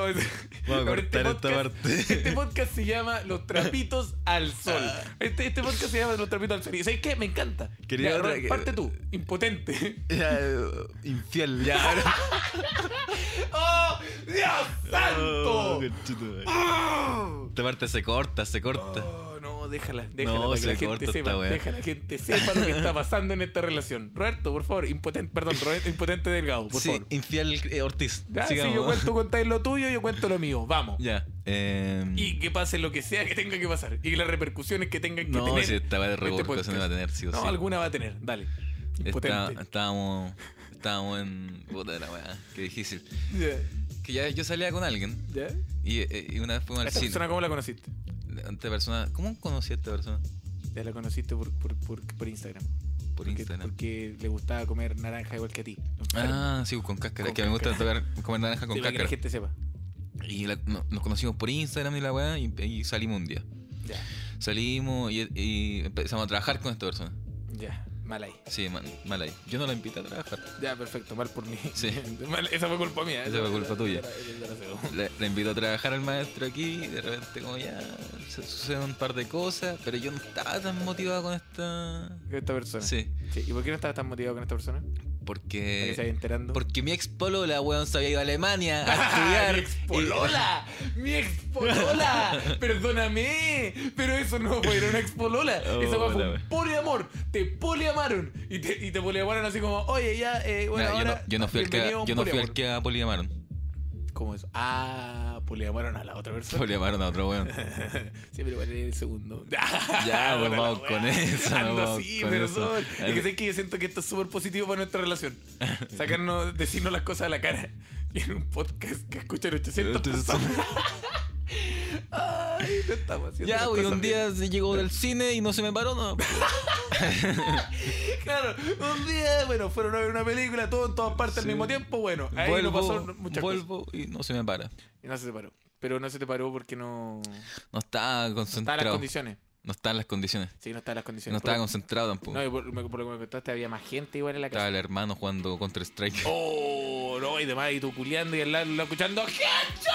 [SPEAKER 2] Voy a
[SPEAKER 3] Pero este
[SPEAKER 2] cortar esta
[SPEAKER 3] podcast-
[SPEAKER 2] parte.
[SPEAKER 3] Este podcast se llama Los trapitos al sol. Este, este podcast se llama Los trapitos al sol. ¿Y sabes qué? Me encanta.
[SPEAKER 2] Ah. Quería
[SPEAKER 3] Ya,
[SPEAKER 2] otra
[SPEAKER 3] Ro-
[SPEAKER 2] que-
[SPEAKER 3] Parte tú, impotente.
[SPEAKER 2] Ya, eh, infiel, ya.
[SPEAKER 3] ¡Oh, Dios santo!
[SPEAKER 2] Oh, conchetumare.
[SPEAKER 3] ¡Oh!
[SPEAKER 2] Esta parte se corta, se corta.
[SPEAKER 3] Oh, no, déjala, déjala
[SPEAKER 2] No,
[SPEAKER 3] para que
[SPEAKER 2] se
[SPEAKER 3] la
[SPEAKER 2] corta
[SPEAKER 3] gente
[SPEAKER 2] esta
[SPEAKER 3] sepa,
[SPEAKER 2] weá.
[SPEAKER 3] déjala que la gente sepa lo que está pasando en esta relación. Roberto, por favor, impotente, perdón, Roberto, impotente delgado, por
[SPEAKER 2] sí,
[SPEAKER 3] favor.
[SPEAKER 2] infiel eh, Ortiz.
[SPEAKER 3] Ya, si
[SPEAKER 2] Sigamos.
[SPEAKER 3] yo cuento, contáis lo tuyo, yo cuento lo mío, vamos.
[SPEAKER 2] Ya. eh,
[SPEAKER 3] Y que pase lo que sea que tenga que pasar. Y las repercusiones que tengan que
[SPEAKER 2] no,
[SPEAKER 3] tener.
[SPEAKER 2] si estaba de
[SPEAKER 3] podcast.
[SPEAKER 2] revolución va a tener, sí o
[SPEAKER 3] no,
[SPEAKER 2] sí.
[SPEAKER 3] alguna va a tener, dale.
[SPEAKER 2] Está-
[SPEAKER 3] Impotente.
[SPEAKER 2] estábamos, estábamos en. Puta de la weá, qué difícil.
[SPEAKER 3] Ya,
[SPEAKER 2] Que ya yo salía con alguien
[SPEAKER 3] ya.
[SPEAKER 2] y, eh, y una vez fuimos al
[SPEAKER 3] ¿Esta
[SPEAKER 2] cine.
[SPEAKER 3] persona cómo la conociste?
[SPEAKER 2] Esta persona, ¿Cómo conocí a esta persona?
[SPEAKER 3] Ya la conociste por, por, por, por Instagram.
[SPEAKER 2] Por
[SPEAKER 3] porque,
[SPEAKER 2] Instagram.
[SPEAKER 3] Porque le gustaba comer naranja igual que a ti. Enfermo.
[SPEAKER 2] Ah, sí, con cáscara.
[SPEAKER 3] Con
[SPEAKER 2] es que me gusta tocar, comer naranja con
[SPEAKER 3] Sí, para que
[SPEAKER 2] cáscara.
[SPEAKER 3] la gente sepa.
[SPEAKER 2] Y la- no- nos conocimos por Instagram y la weá y, y salimos un día.
[SPEAKER 3] Ya,
[SPEAKER 2] Salimos y, y empezamos a trabajar con esta persona.
[SPEAKER 3] ya. Mal ahí.
[SPEAKER 2] Sí, man, mal ahí. Yo no la invité a trabajar.
[SPEAKER 3] Ya, perfecto. Mal por mí.
[SPEAKER 2] Sí.
[SPEAKER 3] Mal- esa fue culpa mía.
[SPEAKER 2] Esa fue culpa tuya.
[SPEAKER 3] tuya.
[SPEAKER 2] Le, le invito a trabajar al maestro aquí y de repente como ya se suceden un par de cosas, pero yo no estaba tan motivado con esta...
[SPEAKER 3] Esta persona.
[SPEAKER 2] Sí,
[SPEAKER 3] Sí, ¿Y por qué no estabas tan motivado con esta persona? ¿Para que se
[SPEAKER 2] porque...
[SPEAKER 3] vaya enterando?
[SPEAKER 2] Porque mi ex polola, weón, se había ido a Alemania
[SPEAKER 3] ¡Ah,
[SPEAKER 2] a
[SPEAKER 3] ¡Mi
[SPEAKER 2] estudiar.
[SPEAKER 3] expolola! ¡Mi expolola! Perdóname, pero eso no fue era una expolola.
[SPEAKER 2] Oh,
[SPEAKER 3] eso fue
[SPEAKER 2] la
[SPEAKER 3] un
[SPEAKER 2] wea.
[SPEAKER 3] poliamor. Te poliamaron. Y te, y te poliamaron así como, oye, ya, eh,
[SPEAKER 2] Y-
[SPEAKER 3] bueno,
[SPEAKER 2] Mira, yo,
[SPEAKER 3] ahora.
[SPEAKER 2] no, yo no fui al que,
[SPEAKER 3] bienvenido a un
[SPEAKER 2] yo no fui al
[SPEAKER 3] poliamor.
[SPEAKER 2] que a poliamaron.
[SPEAKER 3] ¿Cómo eso? Ah, poliamaron a la otra persona.
[SPEAKER 2] Poliamaron a otro weón.
[SPEAKER 3] Sí, pero igual era el segundo.
[SPEAKER 2] Ya,
[SPEAKER 3] Ahora
[SPEAKER 2] nos
[SPEAKER 3] la
[SPEAKER 2] vamos
[SPEAKER 3] wea.
[SPEAKER 2] con eso, nos
[SPEAKER 3] Ando
[SPEAKER 2] vamos
[SPEAKER 3] así,
[SPEAKER 2] con
[SPEAKER 3] perdón.
[SPEAKER 2] eso.
[SPEAKER 3] Es que sé que yo siento que esto es súper positivo para nuestra relación. Sacarnos, decirnos las cosas a la cara. Y en un podcast que escuchan 800
[SPEAKER 2] Entonces,
[SPEAKER 3] personas.
[SPEAKER 4] Ay, no estamos haciendo
[SPEAKER 2] Ya,
[SPEAKER 4] las
[SPEAKER 2] güey,
[SPEAKER 4] cosas
[SPEAKER 2] un
[SPEAKER 4] bien.
[SPEAKER 2] día se llegó del cine y no se me paró, no.
[SPEAKER 4] Claro, un día, bueno, fueron a ver una película, todo en todas partes al
[SPEAKER 2] Sí.
[SPEAKER 4] mismo tiempo, bueno, ahí no
[SPEAKER 2] Vuelvo,
[SPEAKER 4] pasó muchas cosas.
[SPEAKER 2] vuelvo y no se me para.
[SPEAKER 4] Y no se te paró. Pero no se te paró porque no. no
[SPEAKER 2] No estaba
[SPEAKER 4] Estaban las
[SPEAKER 2] concentrado.
[SPEAKER 4] condiciones.
[SPEAKER 2] No estaba en las condiciones.
[SPEAKER 4] Sí, no estaban las condiciones.
[SPEAKER 2] No estaba
[SPEAKER 4] Por-
[SPEAKER 2] concentrado tampoco.
[SPEAKER 4] No, y por, me- por lo que me contaste, había más gente igual en la
[SPEAKER 2] Estaba
[SPEAKER 4] casa.
[SPEAKER 2] el hermano jugando Counter Strike.
[SPEAKER 4] Oh, no, y demás, y tú culiando y al lado lo escuchando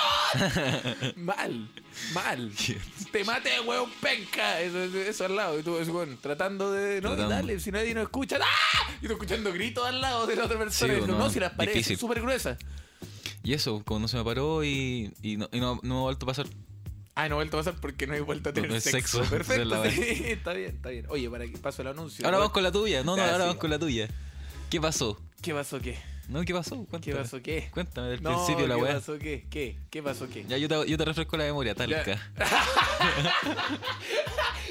[SPEAKER 4] ¡Headshot! mal, mal. Te mate, weón, penca. Eso, eso- eso al lado. Y tú, eso, weón, tratando de. No,
[SPEAKER 2] Tratando.
[SPEAKER 4] dale, si nadie nos escucha. ¡Ah! Y tú escuchando gritos al lado de la otra persona.
[SPEAKER 2] Sí,
[SPEAKER 4] Y tú, no,
[SPEAKER 2] no,
[SPEAKER 4] si las paredes son
[SPEAKER 2] difícil.
[SPEAKER 4] súper gruesas.
[SPEAKER 2] Y eso, como no se me paró y, y no, y no- no me ha vuelto a pasar.
[SPEAKER 4] Ah, no vuelto a pasar porque no he vuelto a
[SPEAKER 2] No,
[SPEAKER 4] tener
[SPEAKER 2] no es
[SPEAKER 4] sexo.
[SPEAKER 2] sexo.
[SPEAKER 4] Perfecto,
[SPEAKER 2] Es la
[SPEAKER 4] sí, está bien, está bien. Oye, para que paso el anuncio.
[SPEAKER 2] Ahora
[SPEAKER 4] Weón,
[SPEAKER 2] vamos con la tuya. No, no,
[SPEAKER 4] Ah,
[SPEAKER 2] ahora
[SPEAKER 4] sí.
[SPEAKER 2] vamos con la tuya. ¿Qué pasó?
[SPEAKER 4] ¿Qué pasó qué?
[SPEAKER 2] No, ¿qué pasó? Cuéntame.
[SPEAKER 4] ¿Qué pasó qué?
[SPEAKER 2] Cuéntame del
[SPEAKER 4] No,
[SPEAKER 2] principio la
[SPEAKER 4] ¿qué
[SPEAKER 2] weá.
[SPEAKER 4] pasó qué? ¿Qué? ¿Qué pasó qué?
[SPEAKER 2] Ya yo te, yo te refresco la memoria, talca.
[SPEAKER 4] este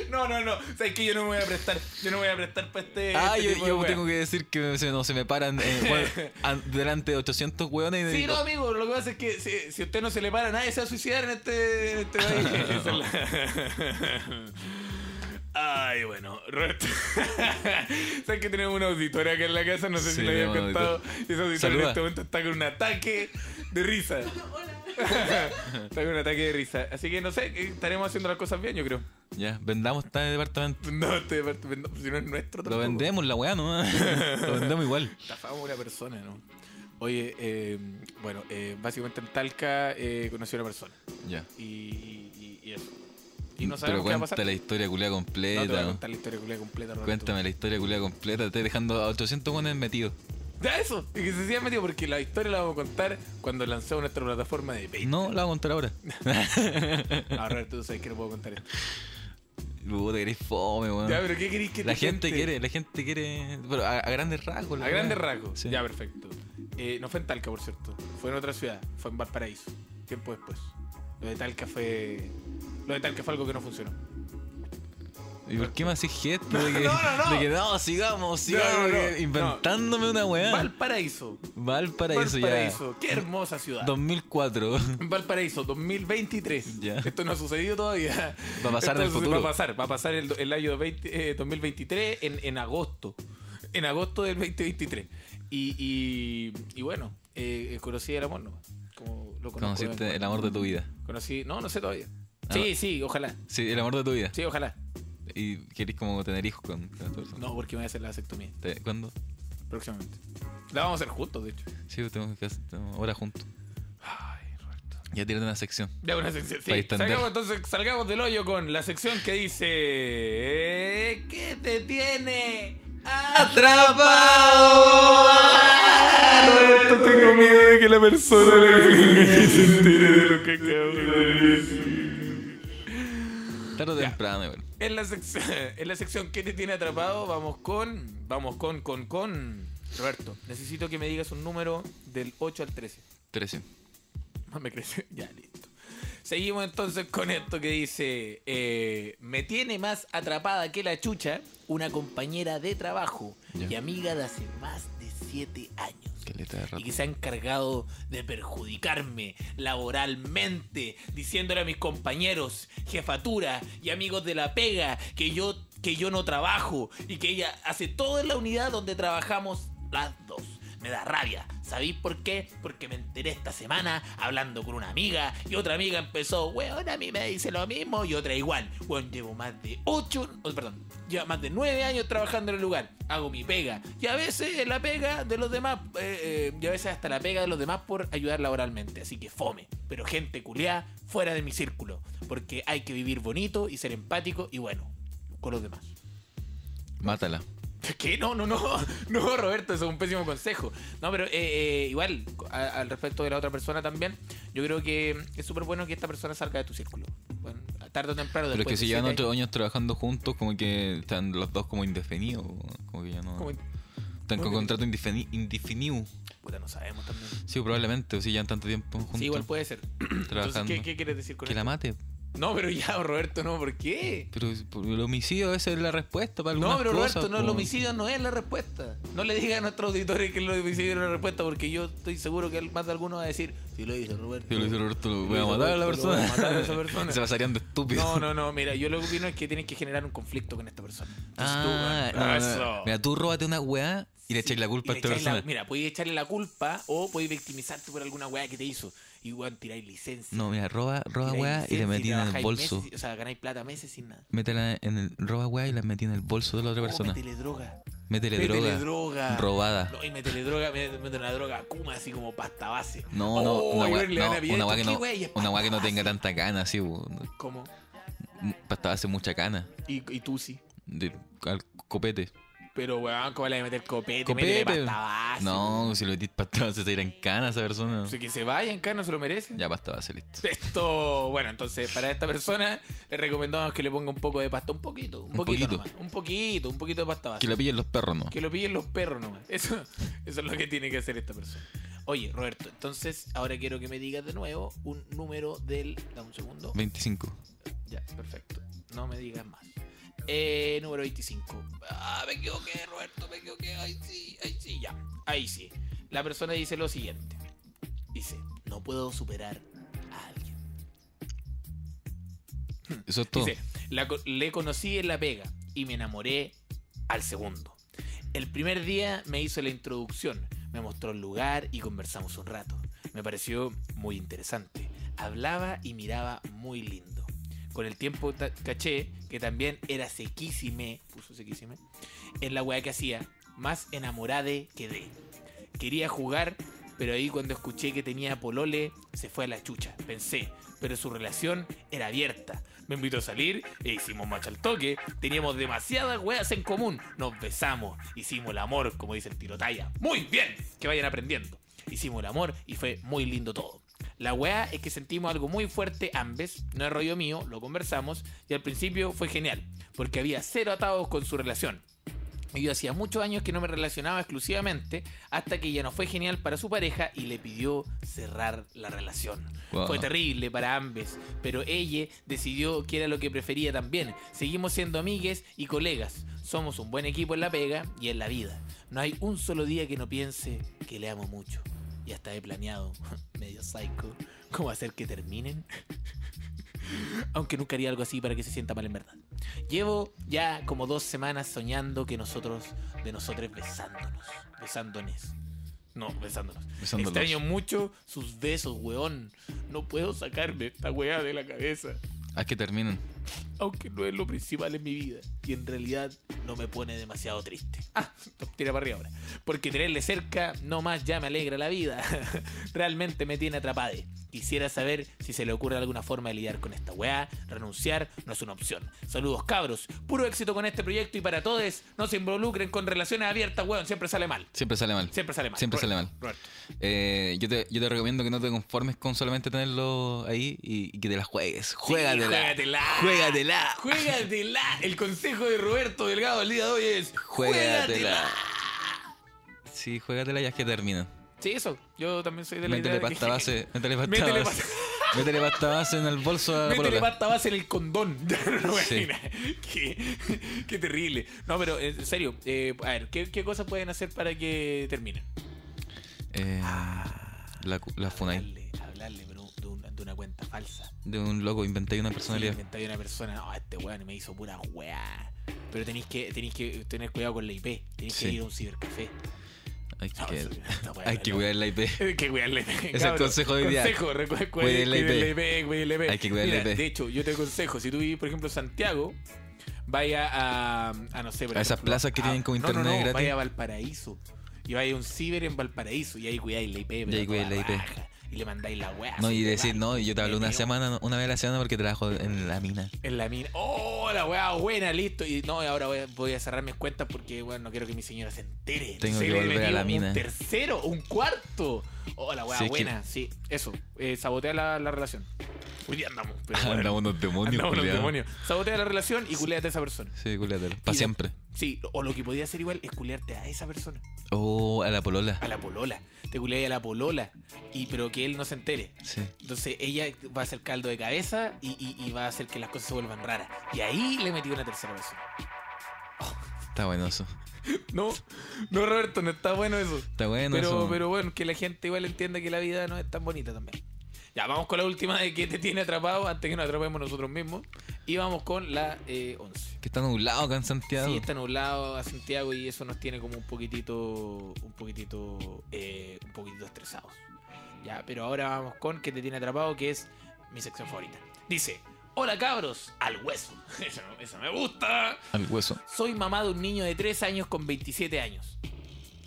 [SPEAKER 4] No, no, no. Sabes que yo no me voy a prestar. Yo no me voy a prestar para este.
[SPEAKER 2] Ah,
[SPEAKER 4] este
[SPEAKER 2] yo,
[SPEAKER 4] tipo de
[SPEAKER 2] yo
[SPEAKER 4] wea.
[SPEAKER 2] tengo que decir que se- no se me paran eh, bueno, an- delante de 800 weones y me
[SPEAKER 4] Sí,
[SPEAKER 2] digo,
[SPEAKER 4] no, amigo, lo que pasa es que si, si usted no se le para, nadie se va a suicidar en este, en este país. Esa es la- Ay, bueno, Roberto. Sabes que tenemos una auditora acá en la casa, no sé si
[SPEAKER 2] Sí,
[SPEAKER 4] lo había
[SPEAKER 2] tenemos una
[SPEAKER 4] contado. Y esa auditora en
[SPEAKER 2] Saluda.
[SPEAKER 4] este momento está con un ataque de risa. está con un ataque de risa. Así que no sé, estaremos haciendo las cosas bien, yo creo.
[SPEAKER 2] ya, vendamos este departamento.
[SPEAKER 4] No, este departamento, si no es nuestro
[SPEAKER 2] Lo
[SPEAKER 4] tampoco.
[SPEAKER 2] vendemos la weá nomás. Lo vendemos igual.
[SPEAKER 4] Estafamos a una persona, ¿no? Oye, eh, bueno, eh, básicamente en Talca eh, conocí a una persona.
[SPEAKER 2] Ya.
[SPEAKER 4] Y, y- y eso. Y no
[SPEAKER 2] Pero
[SPEAKER 4] sabemos qué va a
[SPEAKER 2] cuenta
[SPEAKER 4] pasar.
[SPEAKER 2] la historia culia
[SPEAKER 4] No te voy a
[SPEAKER 2] completa.
[SPEAKER 4] contar la historia culia completa, Roberto.
[SPEAKER 2] Cuéntame la historia culia completa. Estoy dejando a 800 weones metidos.
[SPEAKER 4] Ya eso, y que se siga metido porque la historia la vamos a contar cuando lancemos nuestra plataforma de Patreon.
[SPEAKER 2] No, la voy a contar ahora.
[SPEAKER 4] Ah, Roberto, tú sabes que no puedo contar esto.
[SPEAKER 2] Puta, que eres fome, weón.
[SPEAKER 4] Ya, pero ¿qué querés que
[SPEAKER 2] Ah. La
[SPEAKER 4] te
[SPEAKER 2] gente
[SPEAKER 4] cuente?
[SPEAKER 2] quiere, la gente quiere. Pero a, a grandes rasgos. la
[SPEAKER 4] A grandes
[SPEAKER 2] weá.
[SPEAKER 4] rasgos.
[SPEAKER 2] Sí.
[SPEAKER 4] Ya, perfecto. Eh, no fue en Talca, por cierto. Fue en otra ciudad. Fue en Valparaíso. Tiempo después. Lo de Talca fue. Lo de Talca fue algo que no funcionó.
[SPEAKER 2] ¿Y por qué me haces gesto de que
[SPEAKER 4] No, no, no.
[SPEAKER 2] de que, no, sigamos, sigamos?
[SPEAKER 4] no, no,
[SPEAKER 2] que
[SPEAKER 4] no.
[SPEAKER 2] inventándome una weá.
[SPEAKER 4] Valparaíso.
[SPEAKER 2] Valparaíso ya.
[SPEAKER 4] Valparaíso. Qué hermosa ciudad.
[SPEAKER 2] 2004.
[SPEAKER 4] Valparaíso 2023.
[SPEAKER 2] Ya.
[SPEAKER 4] Esto no ha sucedido todavía.
[SPEAKER 2] Va a pasar en el
[SPEAKER 4] Entonces,
[SPEAKER 2] futuro.
[SPEAKER 4] Va a pasar, va a pasar el, el año 20, eh, 2023 en, en agosto. En agosto del 2023. Y, y, y bueno, eh, conocí el amor nomás. Como lo conozco,
[SPEAKER 2] Conociste
[SPEAKER 4] eh.
[SPEAKER 2] el amor de tu vida.
[SPEAKER 4] Conocí, no, no sé todavía.
[SPEAKER 2] Ah.
[SPEAKER 4] Sí, sí, ojalá.
[SPEAKER 2] Sí, el amor de tu vida.
[SPEAKER 4] Sí, ojalá.
[SPEAKER 2] Y querés como tener hijos con, con esta persona.
[SPEAKER 4] No, porque me voy a hacer la vasectomía
[SPEAKER 2] Te- ¿Cuándo?
[SPEAKER 4] próximamente. La vamos a hacer juntos, de hecho.
[SPEAKER 2] Sí, tenemos que hacer tenemos- ahora juntos.
[SPEAKER 4] Ay, Roberto.
[SPEAKER 2] Ya tienen una sección.
[SPEAKER 4] Ya una sección. Sí,
[SPEAKER 2] Para distender.
[SPEAKER 4] salgamos entonces, salgamos del hoyo con la sección que dice eh, ¿Qué te tiene atrapado? Roberto, tengo miedo de que la persona se entere de lo que acabo de decir.
[SPEAKER 2] Tarde o
[SPEAKER 4] Ya.
[SPEAKER 2] temprano, igual.
[SPEAKER 4] En la sección, en la sección ¿Qué te tiene atrapado? Vamos con, vamos con, con, con Roberto. Necesito que me digas un número del 8 al 13.
[SPEAKER 2] 13.
[SPEAKER 4] No me creció. Ya, listo. Seguimos entonces con esto que dice: eh, Me tiene más atrapada que la chucha una compañera de trabajo
[SPEAKER 2] Ya.
[SPEAKER 4] y amiga de hace más de 7 años.
[SPEAKER 2] Caleta de
[SPEAKER 4] Y
[SPEAKER 2] rato.
[SPEAKER 4] que se ha encargado de perjudicarme laboralmente, diciéndole a mis compañeros, jefatura y amigos de la pega que yo, que yo no trabajo y que ella hace todo en la unidad donde trabajamos las dos. Me da rabia. ¿Sabéis por qué? Porque me enteré esta semana hablando con una amiga y otra amiga empezó, weón, a mí me dice lo mismo y otra igual. Weón, llevo más de ocho, oh, perdón, llevo más de nueve años trabajando en el lugar. Hago mi pega y a veces la pega de los demás, eh, eh, y a veces hasta la pega de los demás por ayudar laboralmente. Así que fome, pero gente culiá fuera de mi círculo, porque hay que vivir bonito y ser empático y bueno, con los demás.
[SPEAKER 2] Mátala.
[SPEAKER 4] ¿Qué? No, no, no. No, Roberto, eso es un pésimo consejo. No, pero eh, eh, igual, a- al respecto de la otra persona también, yo creo que es súper bueno que esta persona salga de tu círculo. Bueno, tarde o temprano
[SPEAKER 2] Pero es que
[SPEAKER 4] después
[SPEAKER 2] si
[SPEAKER 4] de
[SPEAKER 2] llevan
[SPEAKER 4] siete
[SPEAKER 2] ocho años trabajando juntos, como que están los dos como indefinidos. Como que ya no.
[SPEAKER 4] años, como-
[SPEAKER 2] están con
[SPEAKER 4] como-
[SPEAKER 2] contrato indefini- indefinido.
[SPEAKER 4] Puta, no sabemos también.
[SPEAKER 2] Sí, probablemente. O si llevan tanto tiempo juntos
[SPEAKER 3] pues,
[SPEAKER 4] Sí, igual puede ser. Entonces,
[SPEAKER 2] trabajando.
[SPEAKER 4] ¿qué, qué quieres decir con
[SPEAKER 2] que la
[SPEAKER 4] esto?
[SPEAKER 2] mate.
[SPEAKER 3] No, pero ya, Roberto, no, ¿por qué?
[SPEAKER 2] Pero es- por- el homicidio esa es la respuesta para algunas
[SPEAKER 3] No, pero
[SPEAKER 2] cosas,
[SPEAKER 3] Roberto, no, el
[SPEAKER 2] po.
[SPEAKER 3] homicidio no es la respuesta. No le digan a nuestros auditores que el homicidio es la respuesta, porque yo estoy seguro que más de alguno va a decir, si lo hizo Roberto.
[SPEAKER 2] Si lo hizo Roberto, lo
[SPEAKER 3] Si
[SPEAKER 2] voy a
[SPEAKER 3] hizo
[SPEAKER 2] matar a la
[SPEAKER 3] Roberto, lo voy
[SPEAKER 2] persona.
[SPEAKER 3] a matar a esa persona.
[SPEAKER 2] Se pasarían de estúpido.
[SPEAKER 3] No, no, no, mira, yo lo que opino es que tienes que generar un conflicto con esta persona. Entonces tú,
[SPEAKER 2] Ah,
[SPEAKER 3] bueno,
[SPEAKER 2] no, no,
[SPEAKER 3] eso.
[SPEAKER 2] no. Mira, tú róbate una weá y le echáis la
[SPEAKER 3] Y
[SPEAKER 2] culpa
[SPEAKER 3] le
[SPEAKER 2] a esta
[SPEAKER 3] echáis la-
[SPEAKER 2] persona.
[SPEAKER 3] mira, podéis echarle la culpa o podéis victimizarte por alguna weá que te hizo. Y weón, tiráis licencia.
[SPEAKER 2] No, mira, roba, roba
[SPEAKER 3] tiráis
[SPEAKER 2] weá y
[SPEAKER 3] licencia
[SPEAKER 2] la metí en el
[SPEAKER 3] trabajáis
[SPEAKER 2] bolso.
[SPEAKER 3] meses, o sea, ganáis plata meses sin nada.
[SPEAKER 2] Métela en el roba weá y la metí en el bolso de la otra
[SPEAKER 3] Oh,
[SPEAKER 2] persona.
[SPEAKER 3] métele droga.
[SPEAKER 2] Métele,
[SPEAKER 3] Métele
[SPEAKER 2] droga.
[SPEAKER 3] droga.
[SPEAKER 2] Robada.
[SPEAKER 3] No, y métele droga, me- métele una droga a Kuma, así como pasta base.
[SPEAKER 2] No, no,
[SPEAKER 3] Oh,
[SPEAKER 2] una
[SPEAKER 3] y
[SPEAKER 2] weá,
[SPEAKER 3] weón, le van a
[SPEAKER 2] no,
[SPEAKER 3] pillar
[SPEAKER 2] una
[SPEAKER 3] esto.
[SPEAKER 2] weá que
[SPEAKER 3] ¿Qué
[SPEAKER 2] no,
[SPEAKER 3] weá? Y es
[SPEAKER 2] una weá
[SPEAKER 3] pasta
[SPEAKER 2] que no tenga
[SPEAKER 3] base.
[SPEAKER 2] tanta cana, sí, bo.
[SPEAKER 3] ¿Cómo?
[SPEAKER 2] Pasta hace mucha cana.
[SPEAKER 3] Y, y tú sí.
[SPEAKER 2] De, al copete.
[SPEAKER 3] Pero weón, ¿cómo le vas a meter copete?
[SPEAKER 2] Copete.
[SPEAKER 3] Métele pasta base.
[SPEAKER 2] No, si lo metís pasta base te irá en cana esa persona.
[SPEAKER 3] O sea, que se vaya en cana, se lo merece.
[SPEAKER 2] Ya pasta base, listo.
[SPEAKER 3] Esto, bueno, entonces para esta persona le recomendamos que le ponga un poco de pasta, un poquito, un,
[SPEAKER 2] Un
[SPEAKER 3] poquito,
[SPEAKER 2] poquito.
[SPEAKER 3] nomás, un poquito, un poquito de pasta base.
[SPEAKER 2] Que
[SPEAKER 3] Que,
[SPEAKER 2] la pillen los perros, ¿no?
[SPEAKER 3] lo pillen los perros nomás. Eso, eso es lo que tiene que hacer esta persona. Oye, Roberto, entonces ahora quiero que me digas de nuevo un número del. Dame un segundo.
[SPEAKER 2] 25.
[SPEAKER 3] Ya, perfecto. No me digas más. Eh, número 25. Ah, me equivoqué, Roberto, me equivoqué. Ay, sí, ay, sí, ya. Ahí sí. La persona dice lo siguiente. Dice, no puedo superar a alguien.
[SPEAKER 2] Eso es todo.
[SPEAKER 3] Dice, "La co- le conocí en la pega y me enamoré al segundo. El primer día me hizo la introducción, me mostró el lugar y conversamos un rato. Me pareció muy interesante. Hablaba y miraba muy lindo. Con el tiempo ta- caché que también era sequísime, puso sequísime, en la weá que hacía, más enamorada quedé. Quería jugar, pero ahí cuando escuché que tenía polole, se fue a la chucha, pensé. Pero su relación era abierta. Me invitó a salir e hicimos macho al toque. Teníamos demasiadas weas en común. Nos besamos, hicimos el amor, como dice el tirotaya. ¡Muy bien! Que vayan aprendiendo. Hicimos el amor y fue muy lindo todo. La wea es que sentimos algo muy fuerte ambes, no es rollo mío, lo conversamos y al principio fue genial, porque había cero atados con su relación. Y yo hacía muchos años que no me relacionaba exclusivamente hasta que ya no fue genial para su pareja y le pidió cerrar la relación.
[SPEAKER 2] Wow.
[SPEAKER 3] Fue terrible para ambes, pero ella decidió que era lo que prefería también. Seguimos siendo amigues y colegas. Somos un buen equipo en la pega y en la vida. No hay un solo día que no piense que le amo mucho. Y hasta he planeado, medio psycho, cómo hacer que terminen. Aunque nunca haría algo así para que se sienta mal en verdad. Llevo ya como dos semanas soñando que nosotros, de nosotros besándonos. Besándones. No, besándonos.
[SPEAKER 2] Besándolos.
[SPEAKER 3] Extraño mucho sus besos, weón. No puedo sacarme esta weá de la cabeza.
[SPEAKER 2] Haz Ah, que terminen.
[SPEAKER 3] Aunque no es lo principal en mi vida. Y en realidad no me pone demasiado triste. Ah, tira para arriba ahora. Porque tenerle cerca no más ya me alegra la vida. Realmente me tiene atrapade. Quisiera saber si se le ocurre alguna forma de lidiar con esta weá. Renunciar no es una opción. Saludos cabros. Puro éxito con este proyecto y para todos no se involucren con relaciones abiertas, weón. Siempre sale mal.
[SPEAKER 2] Siempre sale mal.
[SPEAKER 3] Siempre sale mal.
[SPEAKER 2] Siempre sale mal.
[SPEAKER 3] Roberto.
[SPEAKER 2] Eh, yo, te, yo te recomiendo que no te conformes con solamente tenerlo ahí y, y que te la juegues. Juégatela.
[SPEAKER 3] juégatela.
[SPEAKER 2] Juégatela.
[SPEAKER 3] Juégatela. El consejo de Roberto Delgado el día de hoy es juégatela.
[SPEAKER 2] Sí, juégatela y haz que terminen.
[SPEAKER 3] Sí, eso. Yo también soy de la
[SPEAKER 2] Métele
[SPEAKER 3] idea de que-
[SPEAKER 2] pasta base. Métele pasta
[SPEAKER 3] Métele
[SPEAKER 2] base.
[SPEAKER 3] pasta-
[SPEAKER 2] Métele pasta base en el bolso a la
[SPEAKER 3] Métele
[SPEAKER 2] polola.
[SPEAKER 3] pasta base en el condón. No,
[SPEAKER 2] Sí.
[SPEAKER 3] imagina. qué, qué terrible. No, pero en serio, eh, a ver, ¿qué, qué cosas pueden hacer para que terminen?
[SPEAKER 2] Eh, la, cu- la funai.
[SPEAKER 3] Hablarle, hablarle pero de, una, de una cuenta falsa.
[SPEAKER 2] De un loco inventé una
[SPEAKER 3] Sí,
[SPEAKER 2] personalidad.
[SPEAKER 3] inventáis una persona, no, este weón me hizo pura weá. Pero tenéis que, tenéis que tener cuidado con la IP. Tenéis
[SPEAKER 2] Sí.
[SPEAKER 3] que ir a un cibercafé.
[SPEAKER 2] Hay que,
[SPEAKER 3] No, eso- esta weá
[SPEAKER 2] hay
[SPEAKER 3] no-
[SPEAKER 2] que cuidar la IP.
[SPEAKER 3] Hay que cuidar la IP.
[SPEAKER 2] el consejo de hoy día.
[SPEAKER 3] Consejo, recuerda,
[SPEAKER 2] Cuiden la IP.
[SPEAKER 3] cuiden la IP.
[SPEAKER 2] Hay que cuidar la
[SPEAKER 3] Mira,
[SPEAKER 2] IP.
[SPEAKER 3] De hecho, yo te aconsejo, si tú vivís, por ejemplo, en Santiago, vaya a, a no sé, por
[SPEAKER 2] A esas
[SPEAKER 3] ejemplo,
[SPEAKER 2] plazas que tienen como
[SPEAKER 3] no, no,
[SPEAKER 2] internet
[SPEAKER 3] no,
[SPEAKER 2] gratis.
[SPEAKER 3] Vaya a Valparaíso. Y vaya a un ciber en Valparaíso y ahí cuidáis la IP. pero
[SPEAKER 2] ahí cuidáis la
[SPEAKER 3] toda
[SPEAKER 2] IP.
[SPEAKER 3] baja, Y le mandáis la weá.
[SPEAKER 2] No,
[SPEAKER 3] así
[SPEAKER 2] y
[SPEAKER 3] de
[SPEAKER 2] decir,
[SPEAKER 3] barco,
[SPEAKER 2] no, y yo te hablo una
[SPEAKER 3] meteo,
[SPEAKER 2] semana, una vez a la semana porque trabajo en la mina.
[SPEAKER 3] En la mina. ¡Oh, la weá buena! Listo. Y no, y ahora voy, voy a cerrar mis cuentas porque, bueno, no quiero que mi señora se entere. Entonces
[SPEAKER 2] Tengo que
[SPEAKER 3] le
[SPEAKER 2] volver a
[SPEAKER 3] metí
[SPEAKER 2] la
[SPEAKER 3] un
[SPEAKER 2] mina.
[SPEAKER 3] tercero, un cuarto. ¡Oh, la weá
[SPEAKER 2] Sí, es que-
[SPEAKER 3] buena! Sí, eso. Eh, sabotea la, la relación. Hoy día andamos. Pero bueno,
[SPEAKER 2] Ah, Andamos unos demonios,
[SPEAKER 3] andamos los
[SPEAKER 2] culiao.
[SPEAKER 3] demonios. Sabotea la relación y culeate a esa persona.
[SPEAKER 2] Sí, culiatelo. Para
[SPEAKER 3] Y de-
[SPEAKER 2] siempre.
[SPEAKER 3] Sí, o lo que podía hacer igual es culearte a esa persona,
[SPEAKER 2] Oh, a la polola.
[SPEAKER 3] a la polola. Te culeas a la polola, y, pero que él no se entere.
[SPEAKER 2] Sí.
[SPEAKER 3] Entonces ella va a hacer caldo de cabeza y, y- y va a hacer que las cosas se vuelvan raras. Y ahí le metí una tercera persona.
[SPEAKER 2] Está bueno eso.
[SPEAKER 3] No, no Roberto, no está bueno eso.
[SPEAKER 2] Está bueno
[SPEAKER 3] pero,
[SPEAKER 2] eso.
[SPEAKER 3] pero bueno, que la gente igual entienda que la vida no es tan bonita también. Ya, vamos con la última de que te tiene atrapado antes que nos atrapemos nosotros mismos. Y vamos con la eh, 11.
[SPEAKER 2] Que está nublado acá en Santiago.
[SPEAKER 3] Sí, está nublado a Santiago y eso nos tiene como un poquitito, un poquitito, eh, un poquitito estresados. Ya, pero ahora vamos con que te tiene atrapado, que es mi sección favorita. Dice, hola cabros, al hueso. Eso, eso me gusta.
[SPEAKER 2] Al hueso.
[SPEAKER 3] Soy mamá de un niño de 3 años con 27 años.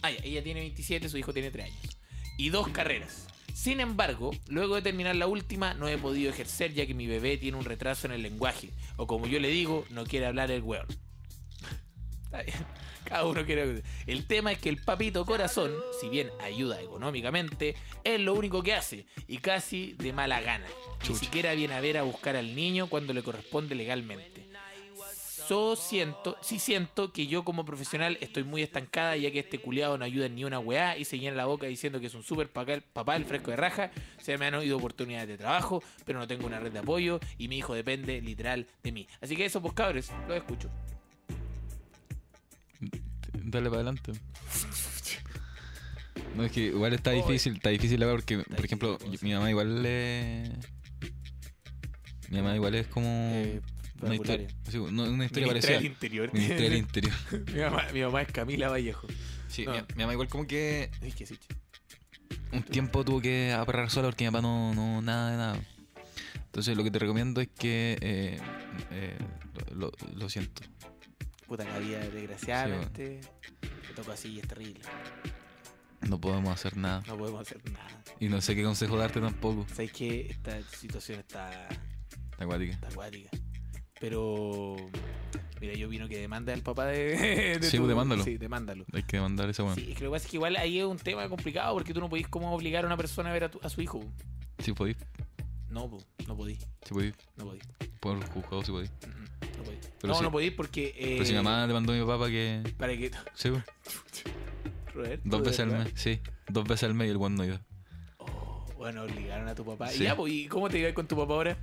[SPEAKER 3] Ah, ya, ella tiene 27, su hijo tiene 3 años. Y dos carreras. Sin embargo, luego de terminar la última, no he podido ejercer ya que mi bebé tiene un retraso en el lenguaje. O como yo le digo, no quiere hablar el weón. Está bien. Cada uno quiere. El tema es que el papito corazón, si bien ayuda económicamente, es lo único que hace y casi de mala gana. Ni siquiera viene a ver a buscar al niño cuando le corresponde legalmente. So siento, sí siento que yo como profesional estoy muy estancada ya que este culiado no ayuda en ni una weá y se llena la boca diciendo que es un super pacal- papá el fresco de raja, se me han oído oportunidades de trabajo, pero no tengo una red de apoyo y mi hijo depende literal de mí. Así que eso pues cabres, los escucho.
[SPEAKER 2] Dale para adelante. No, es que igual está difícil, está difícil la weá, porque, por ejemplo, yo- mi mamá igual le. Mi mamá igual es como.
[SPEAKER 3] Eh,
[SPEAKER 2] una historia, sí, no, una historia
[SPEAKER 3] Ministra
[SPEAKER 2] parecida.
[SPEAKER 3] del interior.
[SPEAKER 2] Ministerio del Interior.
[SPEAKER 3] mi, mamá, mi mamá es Camila Vallejo.
[SPEAKER 2] Sí,
[SPEAKER 3] No.
[SPEAKER 2] mi, mi mamá igual como que
[SPEAKER 3] Ay, qué sicha.
[SPEAKER 2] un tiempo tuvo que aparrar sola porque mi papá no, no nada de nada. Entonces lo que te recomiendo es que eh, eh, lo, lo siento.
[SPEAKER 3] Puta la vida, desgraciadamente. Te tocó así y es terrible.
[SPEAKER 2] Ah. No podemos hacer nada.
[SPEAKER 3] No podemos hacer nada.
[SPEAKER 2] Y no sé qué consejo darte tampoco.
[SPEAKER 3] Sabes que esta situación está,
[SPEAKER 2] Está acuática.
[SPEAKER 3] está acuática. Pero. Mira, yo vino que demanda al papá de. de
[SPEAKER 2] Sí, pues, demándalo.
[SPEAKER 3] Sí, demándalo.
[SPEAKER 2] Hay que mandar esa weá.
[SPEAKER 3] Sí, es que lo que pasa es que igual ahí es un tema complicado porque tú no podís como obligar a una persona a ver a, tu- a su hijo.
[SPEAKER 2] Si podís,
[SPEAKER 3] No, po, no podís.
[SPEAKER 2] si podís.
[SPEAKER 3] No podís.
[SPEAKER 2] Por juzgado, si podís.
[SPEAKER 3] No podís.
[SPEAKER 2] Pero
[SPEAKER 3] no,
[SPEAKER 2] si-
[SPEAKER 3] no podís porque.
[SPEAKER 2] Pero si mi
[SPEAKER 3] eh,
[SPEAKER 2] mamá le mandó a mi papá que.
[SPEAKER 3] Para que.
[SPEAKER 2] Sí, pues,
[SPEAKER 3] Roberto,
[SPEAKER 2] dos
[SPEAKER 3] de
[SPEAKER 2] veces al
[SPEAKER 3] verdad.
[SPEAKER 2] mes. Sí, dos veces al mes y el weón no iba.
[SPEAKER 3] Oh, bueno, obligaron a tu papá.
[SPEAKER 2] Sí.
[SPEAKER 3] Ya, pues, ¿y cómo te llevas con tu papá ahora?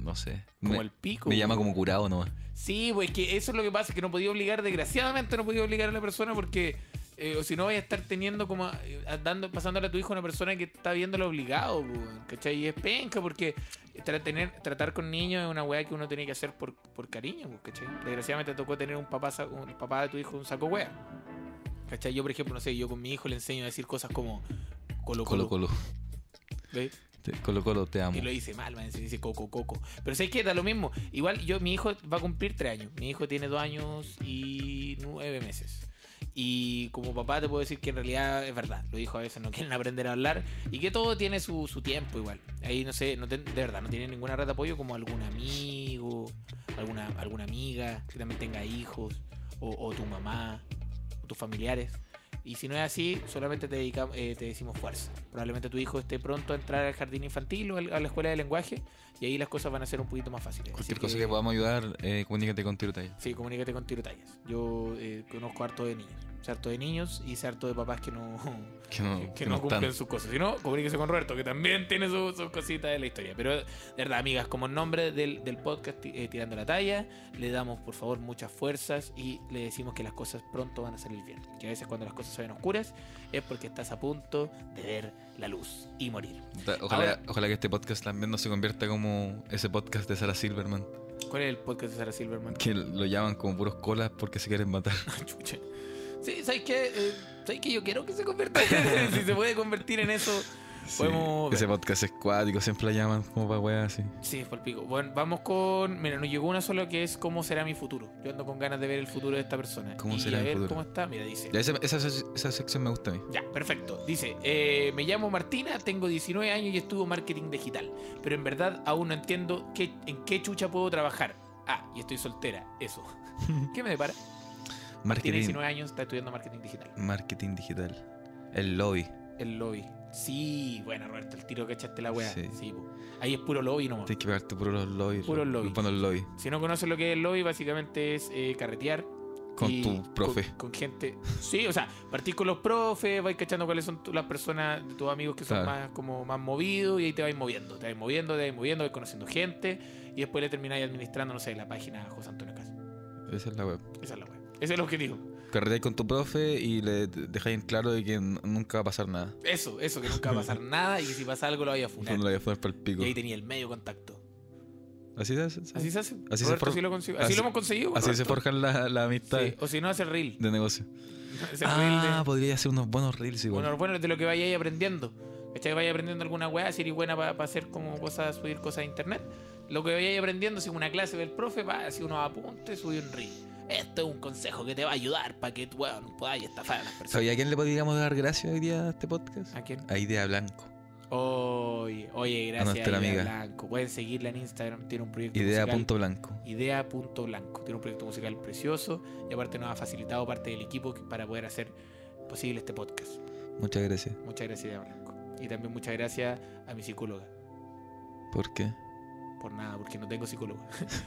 [SPEAKER 2] No sé.
[SPEAKER 3] Como
[SPEAKER 2] Me,
[SPEAKER 3] el pico.
[SPEAKER 2] me llama
[SPEAKER 3] güey.
[SPEAKER 2] como curado nomás.
[SPEAKER 3] Sí, pues que eso es lo que pasa, que no podía obligar, desgraciadamente no podía obligar a la persona porque eh, o si no vaya a estar teniendo como a- a- dando, pasándole a tu hijo a una persona que está viéndolo obligado, pues, güey, ¿cachai? Y es penca porque tra- tener- tratar con niños es una weá que uno tiene que hacer por, por cariño, pues, ¿cachai? Desgraciadamente te tocó tener un papá, sa- un papá de tu hijo un saco wea. ¿Cachai? Yo, por ejemplo, no sé, yo con mi hijo le enseño a decir cosas como colo
[SPEAKER 2] Colo
[SPEAKER 3] colo.
[SPEAKER 2] Colo.
[SPEAKER 3] ¿Veis?
[SPEAKER 2] Te- Colo Colo, te amo.
[SPEAKER 3] Y lo dice mal, man, se dice coco, coco. Pero sé que da lo mismo. Igual yo, mi hijo va a cumplir tres años. Mi hijo tiene dos años y nueve meses. Y como papá te puedo decir que en realidad es verdad. Los hijos a veces no quieren aprender a hablar. Y que todo tiene su, su tiempo igual. Ahí no sé, no ten- de verdad, no tiene ninguna red de apoyo como algún amigo, alguna, alguna amiga que también tenga hijos. O, o tu mamá, o tus familiares. Y si no es así, solamente te, dedicamos, te decimos fuerza. Probablemente tu hijo esté pronto a entrar al jardín infantil o al- a la escuela de lenguaje y ahí las cosas van a ser un poquito más fáciles. Así
[SPEAKER 2] Cualquier cosa que podamos ayudar, eh, comunícate con Tiro Talla.
[SPEAKER 3] Sí, comunícate con tirotallas. Yo eh, conozco harto de niños. Sé harto de niños y sé harto de papás que no,
[SPEAKER 2] Que no,
[SPEAKER 3] que,
[SPEAKER 2] que
[SPEAKER 3] no,
[SPEAKER 2] no
[SPEAKER 3] cumplen
[SPEAKER 2] están.
[SPEAKER 3] sus cosas. Si no, comuníquese con Roberto, que también tiene su- sus cositas de la historia. Pero, de verdad, amigas, como en nombre del, del podcast eh, Tirando la Talla, le damos, por favor, muchas fuerzas y le decimos que las cosas pronto van a salir bien. Que a veces cuando las cosas se ven oscuras es porque estás a punto de ver la luz y morir.
[SPEAKER 2] Ta- Ojalá, ojalá que este podcast también no se convierta como ese podcast de Sarah Silverman.
[SPEAKER 3] ¿Cuál es el podcast de Sara Silverman?
[SPEAKER 2] Que lo llaman como puros colas porque se quieren matar.
[SPEAKER 3] Chucha. Sí, ¿sabes qué? Eh, ¿Sabes qué? Yo quiero que se convierta. si se puede convertir en eso.
[SPEAKER 2] Sí,
[SPEAKER 3] Podemos ver.
[SPEAKER 2] Ese podcast es cuático, siempre la llaman como para weas así.
[SPEAKER 3] Sí, por pico. Bueno, vamos con. Mira, nos llegó una sola que es cómo será mi futuro. Yo ando con ganas de ver el futuro de esta persona.
[SPEAKER 2] ¿Cómo
[SPEAKER 3] y
[SPEAKER 2] será
[SPEAKER 3] a
[SPEAKER 2] mi
[SPEAKER 3] ver
[SPEAKER 2] futuro?
[SPEAKER 3] cómo está. Mira, dice.
[SPEAKER 2] Ya, esa, esa, esa sección me gusta a mí.
[SPEAKER 3] Ya, perfecto. Dice, eh, me llamo Martina, tengo 19 años y estudio marketing digital, pero en verdad aún no entiendo qué, en qué chucha puedo trabajar. Ah, y estoy soltera, eso. ¿Qué me depara? Tiene
[SPEAKER 2] Marketing.
[SPEAKER 3] 19 años, está estudiando marketing digital.
[SPEAKER 2] Marketing digital. El lobby.
[SPEAKER 3] El lobby. Sí, bueno, Roberto, el tiro que echaste la weá. Sí.
[SPEAKER 2] Sí.
[SPEAKER 3] po. Ahí es puro lobby nomás.
[SPEAKER 2] Tienes que pagarte por los lobbies.
[SPEAKER 3] Puros
[SPEAKER 2] lo-
[SPEAKER 3] lobbies.
[SPEAKER 2] Por los lobbies.
[SPEAKER 3] Si no conoces lo que es el lobby, básicamente es eh, carretear.
[SPEAKER 2] Con
[SPEAKER 3] y
[SPEAKER 2] tu profe.
[SPEAKER 3] Con, con gente. Sí, o sea, partís con los profes, vais cachando cuáles son tu- las personas, tus amigos que son
[SPEAKER 2] Claro.
[SPEAKER 3] más como más movidos y ahí te vais moviendo. Te vais moviendo, te vais moviendo, vais conociendo gente y después le termináis administrando, no sé, la página José Antonio Casa.
[SPEAKER 2] Esa es la web.
[SPEAKER 3] Esa es la wea. Ese es el objetivo.
[SPEAKER 2] Carreteáis con tu profe y le de- dejáis en claro de que n- nunca va a pasar nada.
[SPEAKER 3] Eso, eso, que nunca va a pasar nada y que si pasa algo lo vaya a funar.
[SPEAKER 2] No le voy a poner para el pico.
[SPEAKER 3] Y ahí tenía el medio contacto.
[SPEAKER 2] Así se hace.
[SPEAKER 3] Así se hace.
[SPEAKER 2] Así se
[SPEAKER 3] Roberto,
[SPEAKER 2] for-
[SPEAKER 3] sí lo consigo. Así,
[SPEAKER 2] así-
[SPEAKER 3] lo hemos conseguido.
[SPEAKER 2] Así se
[SPEAKER 3] Roberto.
[SPEAKER 2] forjan las la amistades
[SPEAKER 3] Sí, O si no, hace reel.
[SPEAKER 2] de negocio.
[SPEAKER 3] Hace reel
[SPEAKER 2] Ah,
[SPEAKER 3] de-
[SPEAKER 2] podría hacer unos buenos reels igual.
[SPEAKER 3] Bueno, bueno, de lo que vayáis aprendiendo. ¿Cachai? Vayáis aprendiendo alguna weá, si eres buena para hacer como cosas, subir cosas a internet. Lo que vayáis aprendiendo, si una clase del profe, va, así unos apuntes, subí un reel. Esto es un consejo que te va a ayudar para que tú weón, podáis estafar a las personas.
[SPEAKER 2] ¿Sabía a quién le podríamos dar gracias hoy día a este podcast?
[SPEAKER 3] ¿A quién?
[SPEAKER 2] A Idea Blanco.
[SPEAKER 3] Oye, oye,
[SPEAKER 2] A
[SPEAKER 3] gracias
[SPEAKER 2] nuestra
[SPEAKER 3] a Idea
[SPEAKER 2] amiga.
[SPEAKER 3] Blanco. Pueden seguirla en Instagram, tiene un proyecto
[SPEAKER 2] Idea
[SPEAKER 3] musical.
[SPEAKER 2] punto blanco.
[SPEAKER 3] idea.blanco. Tiene un proyecto musical precioso y aparte nos ha facilitado parte del equipo que- para poder hacer posible este podcast.
[SPEAKER 2] Muchas gracias.
[SPEAKER 3] Muchas gracias, Idea Blanco. Y también muchas gracias a mi psicóloga.
[SPEAKER 2] ¿Por qué?
[SPEAKER 3] Por nada, porque no tengo psicóloga.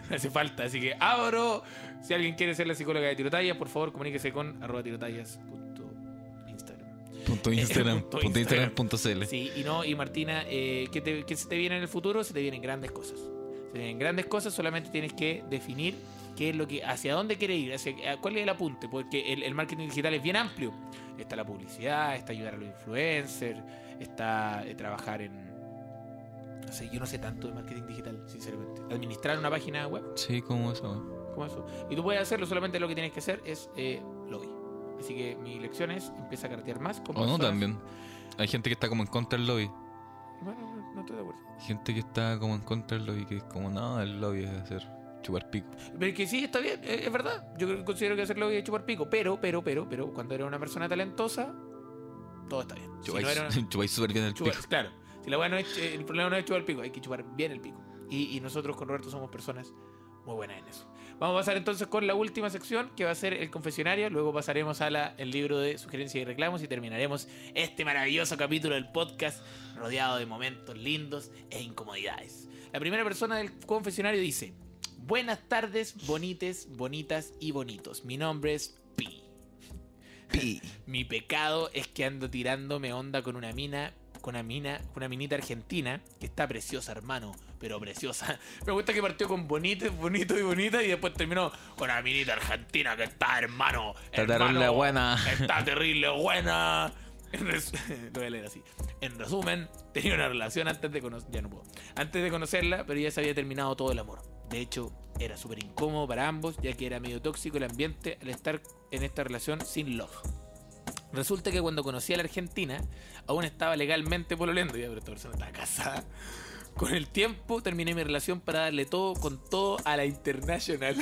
[SPEAKER 3] Me hace falta, así que abro. Si alguien quiere ser la psicóloga de Tirotallas, por favor comuníquese con arroba tirotallas.instagram.
[SPEAKER 2] Punto
[SPEAKER 3] Instagram,
[SPEAKER 2] Instagram.
[SPEAKER 3] punto
[SPEAKER 2] punto
[SPEAKER 3] Instagram.
[SPEAKER 2] Instagram. Punto CL.
[SPEAKER 3] Sí, y no, y Martina, eh, ¿qué, te- qué se te viene en el futuro? Se te vienen grandes cosas. Se te vienen grandes cosas, solamente tienes que definir qué es lo que, hacia dónde quieres ir, hacia- cuál es el apunte, porque el, el marketing digital es bien amplio. Está la publicidad, está ayudar a los influencers, está eh, trabajar en... No sé, yo no sé tanto de marketing digital, sinceramente. Administrar una página web,
[SPEAKER 2] Sí, como eso.
[SPEAKER 3] como eso. Y tú puedes hacerlo, solamente lo que tienes que hacer es eh, lobby. Así que mi lección es, empieza a cartear más. con
[SPEAKER 2] O Oh, no
[SPEAKER 3] personas-
[SPEAKER 2] también. Hay gente que está como en contra del lobby.
[SPEAKER 3] Bueno, no estoy de acuerdo.
[SPEAKER 2] Gente que está como en contra del lobby, que es como, no, el lobby es hacer chupar pico.
[SPEAKER 3] Pero que sí, está bien, eh, es verdad. Yo creo- considero que hacerlo es chupar pico. Pero, pero, pero, pero, cuando eres una persona talentosa, todo está bien. Si no
[SPEAKER 2] Chupáis
[SPEAKER 3] era una-
[SPEAKER 2] chupáis súper bien el
[SPEAKER 3] chupar-
[SPEAKER 2] pico.
[SPEAKER 3] claro. Si la weá no es- eh, el problema no es chupar el pico, hay que chupar bien el pico. Y, y nosotros con Roberto somos personas muy buenas en eso. Vamos a pasar entonces con la última sección, que va a ser el confesionario. Luego pasaremos a la- el libro de sugerencias y reclamos y terminaremos este maravilloso capítulo del podcast rodeado de momentos lindos e incomodidades. La primera persona del confesionario dice: Buenas tardes, bonites, bonitas y bonitos. Mi nombre es Pi. Mi pecado es que ando tirándome onda con una mina, con una mina, con una minita argentina, que está preciosa, hermano, pero preciosa. Me gusta que partió con bonito, bonito y bonita y después terminó con una minita argentina que está, hermano.
[SPEAKER 2] Está
[SPEAKER 3] hermano,
[SPEAKER 2] terrible buena.
[SPEAKER 3] Está terrible buena. En res- Lo voy a leer así. En resumen, tenía una relación antes de conocerla. Ya no puedo. Antes de conocerla, pero ya se había terminado todo el amor. De hecho, era súper incómodo para ambos, ya que era medio tóxico el ambiente al estar en esta relación sin love. Resulta que cuando conocí a la Argentina, aún estaba legalmente pololeando. Ya, pero esta persona estaba casada. Con el tiempo terminé mi relación para darle todo con todo a la internacional.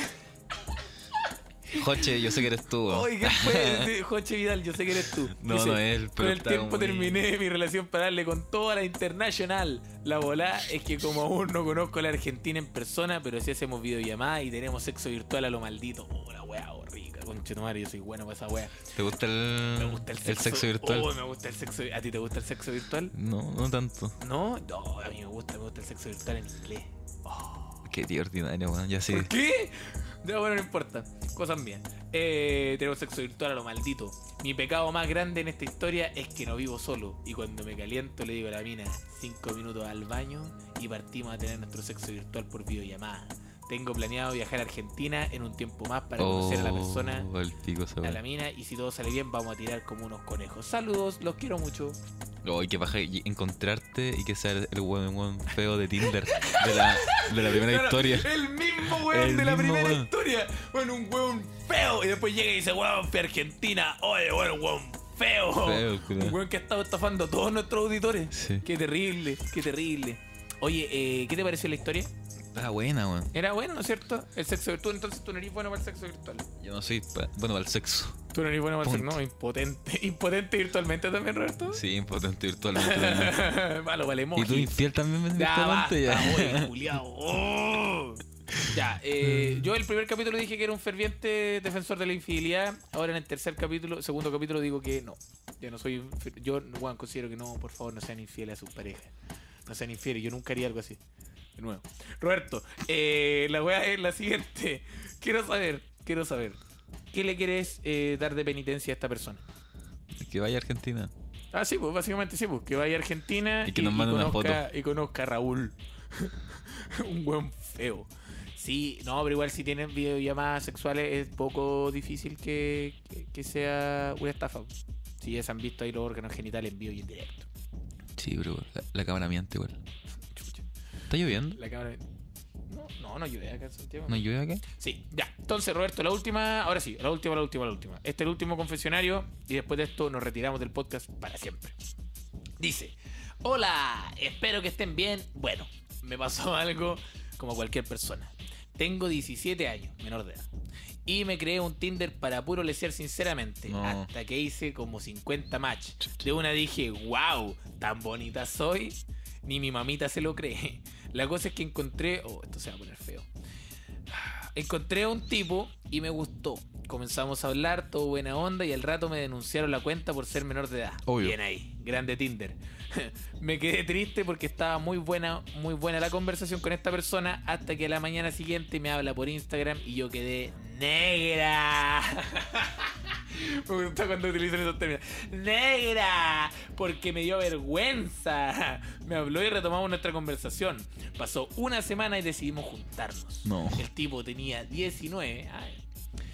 [SPEAKER 2] Joche, yo sé que eres tú. weón.
[SPEAKER 3] Oye, ¿qué fue? Sí, Joche Vidal, yo sé que eres tú.
[SPEAKER 2] Oh. No,
[SPEAKER 3] Dice,
[SPEAKER 2] no es él, pero
[SPEAKER 3] Con el
[SPEAKER 2] está
[SPEAKER 3] tiempo
[SPEAKER 2] muy-
[SPEAKER 3] terminé mi relación para darle con toda la internacional. La volá es que como aún no conozco a la Argentina en persona, pero sí hacemos videollamadas y tenemos sexo virtual a lo maldito. Oh, la wea, oh, rica, conchetumare, yo soy bueno para esa wea.
[SPEAKER 2] ¿Te gusta el,
[SPEAKER 3] Me gusta Mm, el sexo,
[SPEAKER 2] virtual?
[SPEAKER 3] Oh, me gusta el sexo. ¿A ti te gusta el sexo virtual?
[SPEAKER 2] No, no tanto.
[SPEAKER 3] No, no, a mí me gusta, me gusta el sexo virtual en inglés.
[SPEAKER 2] Qué tío ordinario, weón. Ya sí.
[SPEAKER 3] ¿Por qué? Ya, bueno, no importa. Cosas mías. Eh, tenemos sexo virtual a lo maldito. Mi pecado más grande en esta historia es que no vivo solo. Y cuando me caliento le digo a la mina, cinco minutos al baño y partimos a tener nuestro sexo virtual por videollamada. Tengo planeado viajar a Argentina en un tiempo más para conocer a la
[SPEAKER 2] Oh,
[SPEAKER 3] persona,
[SPEAKER 2] El pico se
[SPEAKER 3] a la mina, y si todo sale bien vamos a tirar como unos conejos. Saludos, los quiero mucho.
[SPEAKER 2] Oh, y que baja y encontrarte y que sea el el weón, weón feo de Tinder de la, de la primera
[SPEAKER 3] Claro,
[SPEAKER 2] historia.
[SPEAKER 3] El mismo weón
[SPEAKER 2] El
[SPEAKER 3] de la
[SPEAKER 2] mismo
[SPEAKER 3] primera
[SPEAKER 2] weón.
[SPEAKER 3] historia. Bueno, un weón feo. Y después llega y dice, weón, fui a Argentina. Oye, weón, weón feo.
[SPEAKER 2] Feo, el culiao.
[SPEAKER 3] un Oh, weón que ha estado estafando a todos nuestros auditores.
[SPEAKER 2] Sí.
[SPEAKER 3] Qué terrible, qué terrible. Oye, eh, ¿qué te pareció la historia?
[SPEAKER 2] Está Ah, buena, weón.
[SPEAKER 3] Era bueno, ¿no es cierto? El sexo virtual, entonces tú no eres bueno para el sexo virtual.
[SPEAKER 2] Yo no soy pa- bueno para el sexo.
[SPEAKER 3] Tú no eres bueno para el sexo,
[SPEAKER 2] Punto.
[SPEAKER 3] no, impotente. Impotente virtualmente también, Roberto.
[SPEAKER 2] Sí, importante virtualmente. también.
[SPEAKER 3] Malo, vale,
[SPEAKER 2] ¿Y tú
[SPEAKER 3] emoji.
[SPEAKER 2] infiel también
[SPEAKER 3] Ya, basta,
[SPEAKER 2] virtualmente? Ya.
[SPEAKER 3] oye, culiao. Oh. Ya, eh, yo el primer capítulo dije que era un ferviente defensor de la infidelidad. Ahora en el tercer capítulo, segundo capítulo, digo que no. Yo no soy. infi- Yo, Juan, considero que no, por favor, no sean infieles a sus parejas. No sean infieles, yo nunca haría algo así. De nuevo. Roberto, eh, la weá es la siguiente. Quiero saber, quiero saber. ¿Qué le quieres eh, dar de penitencia a esta persona?
[SPEAKER 2] Que vaya a Argentina.
[SPEAKER 3] Ah, sí, pues básicamente sí, pues que vaya a Argentina
[SPEAKER 2] Y que nos mande una
[SPEAKER 3] conozca, y conozca a Raúl. Un buen feo. Sí, no, pero igual si tienen videollamadas sexuales es poco difícil que, que, que sea una estafa. Si ya se han visto ahí los órganos genitales en vivo y en directo.
[SPEAKER 2] Sí, bro. La, la cámara miente igual.
[SPEAKER 3] Chucha.
[SPEAKER 2] ¿Está lloviendo?
[SPEAKER 3] La cámara. No, no, no llueve acá en Santiago.
[SPEAKER 2] ¿No llueve acá?
[SPEAKER 3] Sí, ya. Entonces, Roberto, la última. Ahora sí, la última, la última, la última. Este es el último confesionario y después de esto nos retiramos del podcast para siempre. Dice: Hola, espero que estén bien. Bueno, me pasó algo como a cualquier persona. Tengo 17 años, menor de edad. Y me creé un Tinder para puro lesear sinceramente.
[SPEAKER 2] No.
[SPEAKER 3] Hasta que hice como 50 match. De una dije, wow, tan bonita soy. Ni mi mamita se lo cree. La cosa es que encontré... Oh, esto se va a poner feo. Encontré a un tipo y me gustó. Comenzamos a hablar, todo buena onda, y al rato me denunciaron la cuenta por ser menor de edad.
[SPEAKER 2] Obvio.
[SPEAKER 3] Bien ahí, grande Tinder. me quedé triste porque estaba muy buena, muy buena la conversación con esta persona, hasta que a la mañana siguiente me habla por Instagram y yo quedé negra. me gusta cuando utilizan esos términos. Negra, porque me dio vergüenza. Me habló y retomamos nuestra conversación. Pasó una semana y decidimos juntarnos.
[SPEAKER 2] No.
[SPEAKER 3] El tipo tenía 19 ay,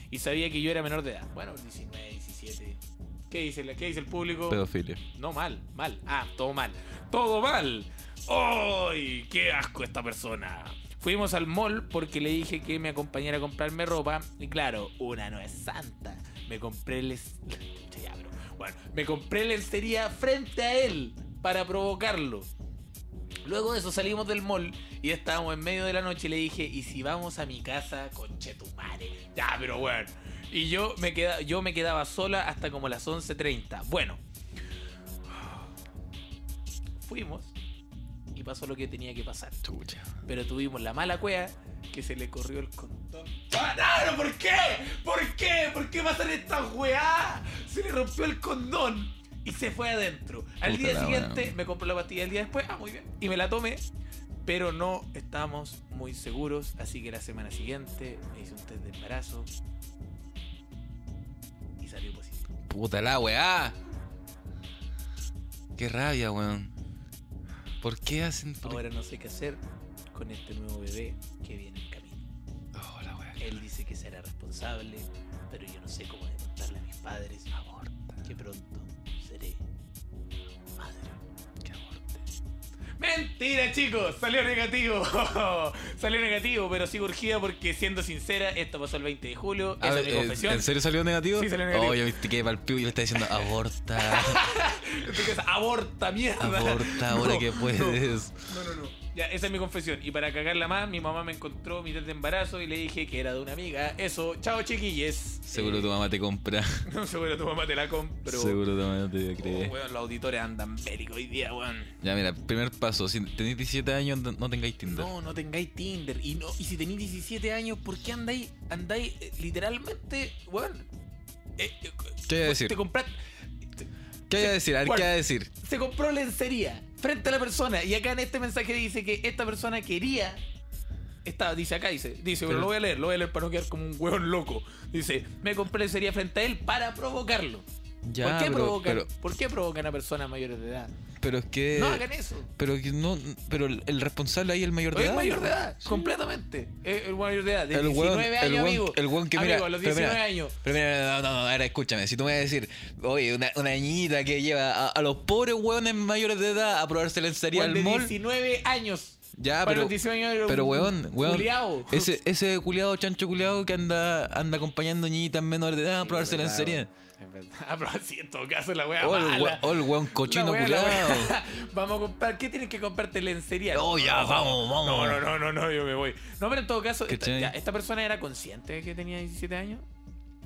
[SPEAKER 3] y sabía que yo era menor de edad. Bueno, 19, 17. ¿Qué dice, la- qué dice el público?
[SPEAKER 2] Pedofilia.
[SPEAKER 3] No, mal, mal. Ah, todo mal. ¡Todo mal! ¡Ay! ¡Qué asco esta persona! Fuimos al mall porque le dije que me acompañara a comprarme ropa. Y claro, una no es santa. Me compré les... Ya, pero, Bueno, me compré lencería frente a él para provocarlo. Luego de eso salimos del mall y estábamos en medio de la noche y le dije, ¿y si vamos a mi casa con Chetumare? Ya, pero bueno. Y yo me, queda, yo me quedaba sola hasta como las 11.30. Bueno, fuimos y pasó lo que tenía que pasar.
[SPEAKER 2] Chucha.
[SPEAKER 3] Pero tuvimos la mala cueva que se le corrió el condón. ¡Ah, no, no! ¿Por qué? ¿Por qué? ¿Por qué pasan estas weá? Se le rompió el condón y se fue adentro. Al
[SPEAKER 2] Puta
[SPEAKER 3] día
[SPEAKER 2] la
[SPEAKER 3] siguiente
[SPEAKER 2] weá.
[SPEAKER 3] me compré la pastilla el día después. Ah, muy bien. Y me la tomé. Pero no estábamos muy seguros. Así que la semana siguiente me hice un test de embarazo. Y salió positivo.
[SPEAKER 2] Puta la weá. Qué rabia, weón. ¿Por qué hacen por-
[SPEAKER 3] Ahora no sé qué hacer con este nuevo bebé que viene en camino.
[SPEAKER 2] Oh, la weá.
[SPEAKER 3] Él dice que será responsable, pero yo no sé cómo demostrarle a mis padres amor que pronto seré madre. Que aborte. Mentira, chicos, salió negativo. salió negativo, pero sigo urgida porque siendo sincera, esto pasó el 20 de julio,
[SPEAKER 2] A
[SPEAKER 3] esa
[SPEAKER 2] ver,
[SPEAKER 3] es mi
[SPEAKER 2] eh,
[SPEAKER 3] confesión.
[SPEAKER 2] ¿En serio salió negativo?
[SPEAKER 3] Sí, salió negativo.
[SPEAKER 2] Oh, yo viste que para el piu y le está diciendo aborta,
[SPEAKER 3] Chicas, aborta, mierda.
[SPEAKER 2] aborta ahora
[SPEAKER 3] No,
[SPEAKER 2] que
[SPEAKER 3] no.
[SPEAKER 2] puedes.
[SPEAKER 3] No, no, no. Ya, esa es mi confesión. Y para cagarla más, mi mamá me encontró mi test de embarazo y le dije que era de una amiga. Eso, chao chiquilles.
[SPEAKER 2] Seguro
[SPEAKER 3] Eh,
[SPEAKER 2] tu mamá te compra.
[SPEAKER 3] Seguro tu mamá te la compró.
[SPEAKER 2] Seguro tu mamá te
[SPEAKER 3] Oh,
[SPEAKER 2] cree.
[SPEAKER 3] weón, los auditores andan bélicos hoy día, weón.
[SPEAKER 2] Ya, mira, primer paso. Si tenéis 17 años, no no tengáis Tinder.
[SPEAKER 3] No, no tengáis Tinder. Y no, y si tenéis 17 años, ¿por qué andáis, andáis eh, literalmente, weón? Eh, eh,
[SPEAKER 2] ¿Qué voy a decir?
[SPEAKER 3] Te compras-
[SPEAKER 2] ¿Qué voy a decir? A ver, ¿qué
[SPEAKER 3] Bueno.
[SPEAKER 2] voy a decir?
[SPEAKER 3] se compró lencería frente a la persona. Y acá en este mensaje dice que esta persona quería. Está, dice acá, dice, dice, pero lo voy a leer, lo voy a leer para no quedar como un weón loco. Dice, me compré lencería frente a él para provocarlo.
[SPEAKER 2] Ya,
[SPEAKER 3] ¿Por, qué
[SPEAKER 2] pero-
[SPEAKER 3] provocan,
[SPEAKER 2] pero, Eh,
[SPEAKER 3] ¿Por qué provocan a personas mayores de edad?
[SPEAKER 2] pero es que.
[SPEAKER 3] no hagan eso.
[SPEAKER 2] Pero que no, pero el el responsable ahí es el mayor de
[SPEAKER 3] Es
[SPEAKER 2] edad.
[SPEAKER 3] mayor de edad, completamente. Es el mayor de edad, de 19 años,
[SPEAKER 2] el weón-
[SPEAKER 3] amigo.
[SPEAKER 2] el weón que
[SPEAKER 3] amigo,
[SPEAKER 2] mira,
[SPEAKER 3] a los
[SPEAKER 2] pero mira,
[SPEAKER 3] 19 años.
[SPEAKER 2] Pero mira, no, no, no, ahora escúchame, si tú me vas a decir, oye, una, una niñita que lleva a, a los pobres hueones mayores de edad a probarse la lencería
[SPEAKER 3] Weón
[SPEAKER 2] al
[SPEAKER 3] de
[SPEAKER 2] mall,
[SPEAKER 3] 19 años.
[SPEAKER 2] ya,
[SPEAKER 3] Para
[SPEAKER 2] Ah, pero,
[SPEAKER 3] los 19 años era
[SPEAKER 2] pero
[SPEAKER 3] un
[SPEAKER 2] hueón, hueón,
[SPEAKER 3] culiao.
[SPEAKER 2] ese, ese culiado, chancho culiado que anda, anda acompañando niñitas menores de edad a probarse la
[SPEAKER 3] verdad,
[SPEAKER 2] lencería.
[SPEAKER 3] Es verdad. Ah, pero así en todo caso la wea
[SPEAKER 2] O Oh, el hue-
[SPEAKER 3] Ah, mala.
[SPEAKER 2] o el hueón
[SPEAKER 3] La
[SPEAKER 2] cochino
[SPEAKER 3] wea, la
[SPEAKER 2] culiado.
[SPEAKER 3] wea. Vamos a comprar. ¿Qué tienes que comprarte lencería?
[SPEAKER 2] Oh, ya, vamos, vamos.
[SPEAKER 3] No, no, no, no, no, yo me voy. No, pero en todo caso, esta,
[SPEAKER 2] ¿Cachai?
[SPEAKER 3] ya, ¿esta persona era consciente de que tenía 17 años?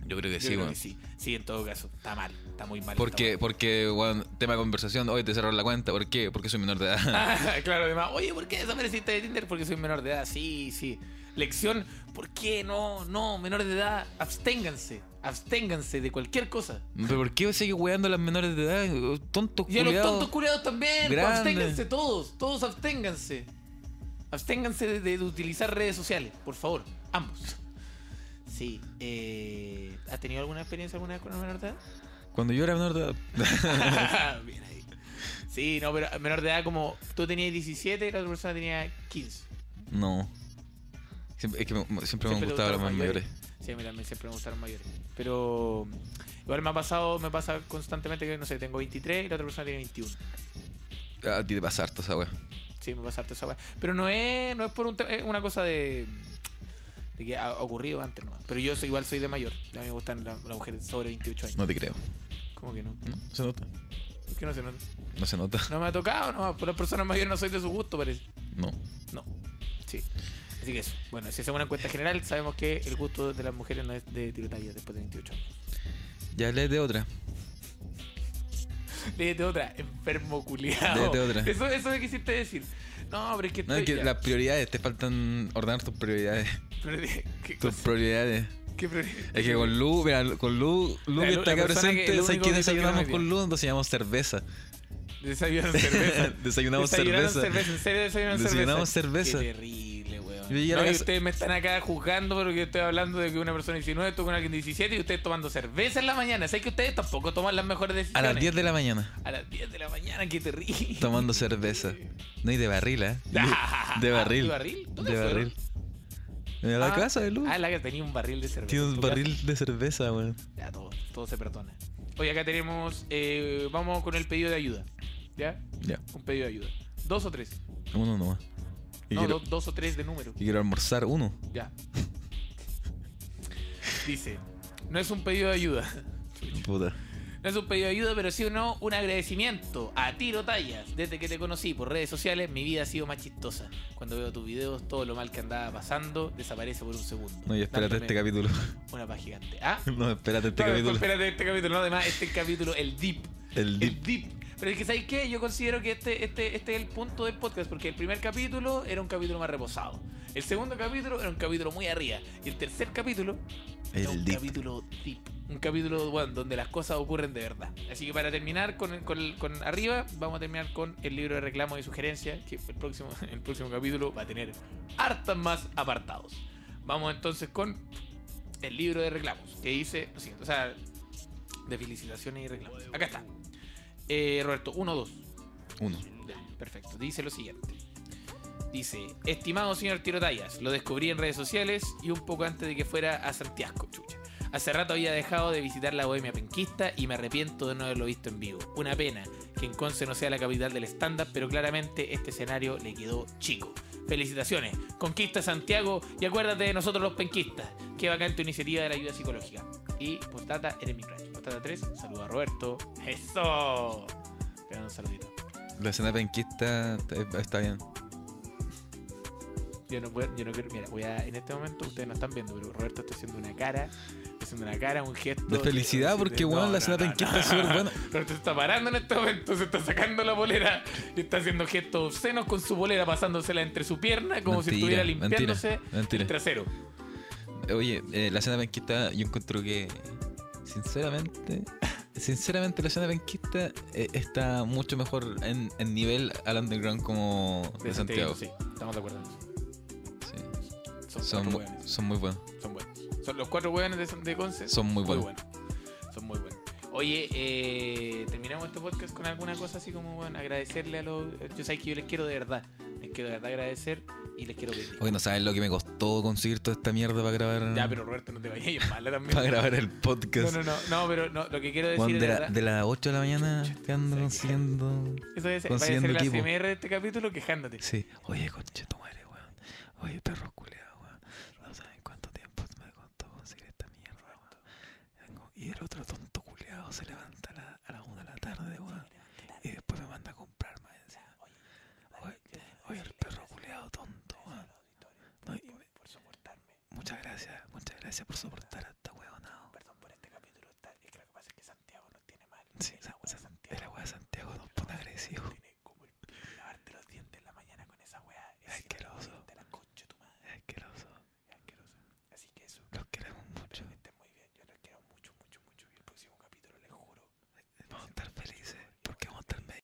[SPEAKER 2] Yo creo que
[SPEAKER 3] Yo
[SPEAKER 2] sí,
[SPEAKER 3] creo
[SPEAKER 2] weón.
[SPEAKER 3] que sí. Sí, en todo caso. Está mal. Está muy mal.
[SPEAKER 2] Porque,
[SPEAKER 3] esta
[SPEAKER 2] porque, weón, tema de conversación, hoy te cerraron la cuenta, ¿por qué? Porque soy menor de edad.
[SPEAKER 3] weá. Ah, claro, además. Oye, ¿por qué desapareciste de Tinder? Porque soy menor de edad. Sí, sí. Lección. ¿Por qué? No, no. Menores de edad, absténganse. Absténganse de cualquier cosa.
[SPEAKER 2] ¿Pero por qué sigue weando a las menores de edad? Tontos
[SPEAKER 3] Y a los
[SPEAKER 2] culiados.
[SPEAKER 3] tontos curados también. pues,
[SPEAKER 2] Grande.
[SPEAKER 3] Absténganse todos. Todos absténganse. Absténganse de, de- de utilizar redes sociales, por favor. Ambos. Sí. eh, ¿Has tenido alguna experiencia alguna vez con una menor de edad?
[SPEAKER 2] Cuando yo era menor de edad.
[SPEAKER 3] Bien ahí. Sí, no, pero menor de edad como tú tenías 17 y la otra persona tenía 15.
[SPEAKER 2] No. Siempre, es que me- siempre, me han
[SPEAKER 3] te
[SPEAKER 2] gustado las
[SPEAKER 3] gustaron
[SPEAKER 2] más mayores.
[SPEAKER 3] Sí, a mí también siempre me gustaron mayores. Pero mm, igual me ha pasado, me pasa constantemente que, no sé, tengo 23 y la otra persona tiene 21.
[SPEAKER 2] A ti te pasa harto esa weá.
[SPEAKER 3] Sí, me pasa harto esa weá. Pero no es, no es por un te- es una cosa de, de que ha ocurrido antes nomás. Pero yo soy, igual soy de mayor. A mí me gustan la- las mujeres sobre 28 años.
[SPEAKER 2] No te creo.
[SPEAKER 3] ¿Cómo que no?
[SPEAKER 2] No, se nota.
[SPEAKER 3] ¿Qué no se nota?
[SPEAKER 2] No se nota.
[SPEAKER 3] No me ha tocado nomás. Por las personas mayores no soy de su gusto, parece.
[SPEAKER 2] No.
[SPEAKER 3] No. Sí. Así que eso. Bueno, si hacemos una encuesta general, sabemos que el gusto de las mujeres no es de tirotallas después de 28 años.
[SPEAKER 2] Ya lees de otra.
[SPEAKER 3] Léete otra, enfermo culiado.
[SPEAKER 2] Léete otra.
[SPEAKER 3] Eso, eso me quisiste decir. No, pero es que
[SPEAKER 2] No, es
[SPEAKER 3] estoy-
[SPEAKER 2] que
[SPEAKER 3] ya.
[SPEAKER 2] las prioridades, te faltan ordenar tus prioridades.
[SPEAKER 3] Pero, ¿Qué
[SPEAKER 2] Tus
[SPEAKER 3] cosa?
[SPEAKER 2] prioridades.
[SPEAKER 3] ¿Qué prioridad?
[SPEAKER 2] Es que con Lu, mira, con Lu, Lu
[SPEAKER 3] La
[SPEAKER 2] que
[SPEAKER 3] Lu-
[SPEAKER 2] está
[SPEAKER 3] la
[SPEAKER 2] acá
[SPEAKER 3] persona que-
[SPEAKER 2] presente,
[SPEAKER 3] el único
[SPEAKER 2] ¿sabes que
[SPEAKER 3] que se quedó
[SPEAKER 2] desayunamos
[SPEAKER 3] hoy
[SPEAKER 2] con
[SPEAKER 3] día.
[SPEAKER 2] Lu? Entonces llamamos cerveza.
[SPEAKER 3] Desayunaron cerveza.
[SPEAKER 2] Desayunamos
[SPEAKER 3] Desayunaron
[SPEAKER 2] cerveza.
[SPEAKER 3] cerveza. En serio, desayunaron cerveza.
[SPEAKER 2] Desayunamos cerveza.
[SPEAKER 3] Qué terrible, weón.
[SPEAKER 2] Yo llegué a la
[SPEAKER 3] No, y
[SPEAKER 2] casa-
[SPEAKER 3] ustedes me están acá juzgando porque yo estoy hablando de que una persona de 19 toca con alguien de 17 y ustedes tomando cerveza en la mañana. Sé que ustedes tampoco toman las mejores
[SPEAKER 2] A
[SPEAKER 3] decisiones.
[SPEAKER 2] las 10 de la mañana,
[SPEAKER 3] A las 10 de la mañana, qué terrible. Ah,
[SPEAKER 2] tomando cerveza. No, y de barril, ¿eh? De, de barril.
[SPEAKER 3] ¿De barril? ¿Dónde
[SPEAKER 2] De
[SPEAKER 3] fueron?
[SPEAKER 2] barril. En la
[SPEAKER 3] Ah,
[SPEAKER 2] casa de Lu.
[SPEAKER 3] Ah, la que tenía un barril de cerveza.
[SPEAKER 2] Tiene
[SPEAKER 3] en
[SPEAKER 2] un
[SPEAKER 3] tu casa.
[SPEAKER 2] barril de cerveza, weón.
[SPEAKER 3] Ya, todo, todo se perdona. Hoy acá tenemos. eh, vamos con el pedido de ayuda. ¿Ya?
[SPEAKER 2] Ya,
[SPEAKER 3] Un pedido de ayuda. ¿Dos o tres?
[SPEAKER 2] uno nomás. Y
[SPEAKER 3] No,
[SPEAKER 2] quiero,
[SPEAKER 3] do- dos o tres de número.
[SPEAKER 2] y quiero almorzar uno.
[SPEAKER 3] Ya. Dice: No es un pedido de ayuda.
[SPEAKER 2] Puta.
[SPEAKER 3] No es un pedido de ayuda, pero sí o no, un agradecimiento a Tiro Tallas. Desde que te conocí por redes sociales, mi vida ha sido más chistosa. Cuando veo tus videos, todo lo mal que andaba pasando desaparece por un segundo.
[SPEAKER 2] No, y espérate
[SPEAKER 3] dándome
[SPEAKER 2] este capítulo.
[SPEAKER 3] Una paz gigante. ¿Ah?
[SPEAKER 2] No, espérate este
[SPEAKER 3] No,
[SPEAKER 2] capítulo.
[SPEAKER 3] espérate, este capítulo, no, además, este capítulo, el deep.
[SPEAKER 2] El
[SPEAKER 3] El
[SPEAKER 2] dip.
[SPEAKER 3] deep. Pero es que, ¿sabéis qué? Yo considero que este, este, este es el punto del podcast, porque el primer capítulo era un capítulo más reposado. El segundo capítulo era un capítulo muy arriba. Y el tercer capítulo era un
[SPEAKER 2] El dip.
[SPEAKER 3] capítulo deep. Un capítulo bueno, donde las cosas ocurren de verdad. Así que para terminar con, el- con, el- con arriba, vamos a terminar con el libro de reclamos y sugerencias, que el próximo, el próximo capítulo va a tener hartas más apartados. Vamos entonces con el libro de reclamos, que dice lo siguiente, o sea, de felicitaciones y reclamos. Acá está. Eh, Roberto, 1-2.
[SPEAKER 2] Uno.
[SPEAKER 3] Ya, perfecto. Dice lo siguiente. Dice, estimado señor Tirotallas, lo descubrí en redes sociales y un poco antes de que fuera a Santiago, chucha. Hace rato había dejado de visitar la bohemia penquista y me arrepiento de no haberlo visto en vivo. Una pena que en Conce no sea la capital del estándar, pero claramente este escenario le quedó chico. Felicitaciones, conquista Santiago y acuérdate de nosotros los penquistas. Qué bacán tu iniciativa de la ayuda psicológica. Y postdata, eres mi crush. Postdata 3, saluda a Roberto. ¡Eso! Te mando un saludito.
[SPEAKER 2] La escena penquista está- está bien.
[SPEAKER 3] Yo no puedo, yo no quiero. Mira, voy a, en este momento ustedes no están viendo, pero Roberto está haciendo una cara, está haciendo una cara, un gesto.
[SPEAKER 2] De felicidad, porque,
[SPEAKER 3] No,
[SPEAKER 2] weón,
[SPEAKER 3] no,
[SPEAKER 2] la escena
[SPEAKER 3] no,
[SPEAKER 2] penquista
[SPEAKER 3] no.
[SPEAKER 2] es súper buena.
[SPEAKER 3] Roberto se está parando en este momento, se está sacando la bolera y está haciendo gestos obscenos con su bolera, pasándosela entre su pierna, como si
[SPEAKER 2] Mentira,
[SPEAKER 3] estuviera limpiándose
[SPEAKER 2] mentira, mentira.
[SPEAKER 3] el trasero.
[SPEAKER 2] Oye, eh, la escena penquista, yo encuentro que, sinceramente, sinceramente la escena penquista eh, está mucho mejor en, en nivel al underground como de, Santiago.
[SPEAKER 3] Sí, estamos de acuerdo en eso.
[SPEAKER 2] Sí.
[SPEAKER 3] Son, cuatro
[SPEAKER 2] Son, mu-
[SPEAKER 3] hueones.
[SPEAKER 2] son muy buenos.
[SPEAKER 3] Son buenos. Son los cuatro hueones de, de Conce.
[SPEAKER 2] Son muy buenos.
[SPEAKER 3] Son muy buenos. Oye, eh, terminamos este podcast con alguna cosa así como, bueno, agradecerle a los... Yo sé que yo les quiero de verdad. Les quiero de verdad agradecer y les quiero pedir.
[SPEAKER 2] Oye, no sabes lo que me costó conseguir toda esta mierda para grabar.
[SPEAKER 3] Ya, pero Roberto, no te vayas a ir mala también.
[SPEAKER 2] Para grabar el
[SPEAKER 3] No,
[SPEAKER 2] podcast.
[SPEAKER 3] no, no, no, pero no, lo que quiero decir
[SPEAKER 2] Weón,
[SPEAKER 3] es
[SPEAKER 2] de,
[SPEAKER 3] verdad,
[SPEAKER 2] la- de las 8 de la mañana que ando
[SPEAKER 3] sé.
[SPEAKER 2] consiguiendo.
[SPEAKER 3] eso es, vaya a
[SPEAKER 2] consiguiendo
[SPEAKER 3] ser la
[SPEAKER 2] equipo.
[SPEAKER 3] CMR de este capítulo quejándote.
[SPEAKER 2] Sí. Oye, conche tu madre, weón. Oye, perro culeado, weón. No saben cuánto tiempo me costó conseguir esta mierda, weón. Vengo- Y el otro tonto culeado se levanta a la- a las 1 de la tarde, weón. Y después me manda a comprar más encima. Oye, oye, el perro culeado tonto, weón. No, y me- Muchas gracias, muchas gracias por soportar a esta weonado. Perdón por
[SPEAKER 3] este
[SPEAKER 2] Sí, esa weá de Santiago. La weá de Santiago nos pone agresivo.
[SPEAKER 3] Tiene como el lavarte los dientes en la mañana con esa weá. Es
[SPEAKER 2] Asqueroso.
[SPEAKER 3] De la concha de tu madre.
[SPEAKER 2] Es asqueroso.
[SPEAKER 3] Es asqueroso. Así que eso.
[SPEAKER 2] Los queremos mucho.
[SPEAKER 3] Espero que estén muy bien. Yo les quiero mucho, mucho, mucho. Y el próximo capítulo les juro.
[SPEAKER 2] Vamos a estar felices.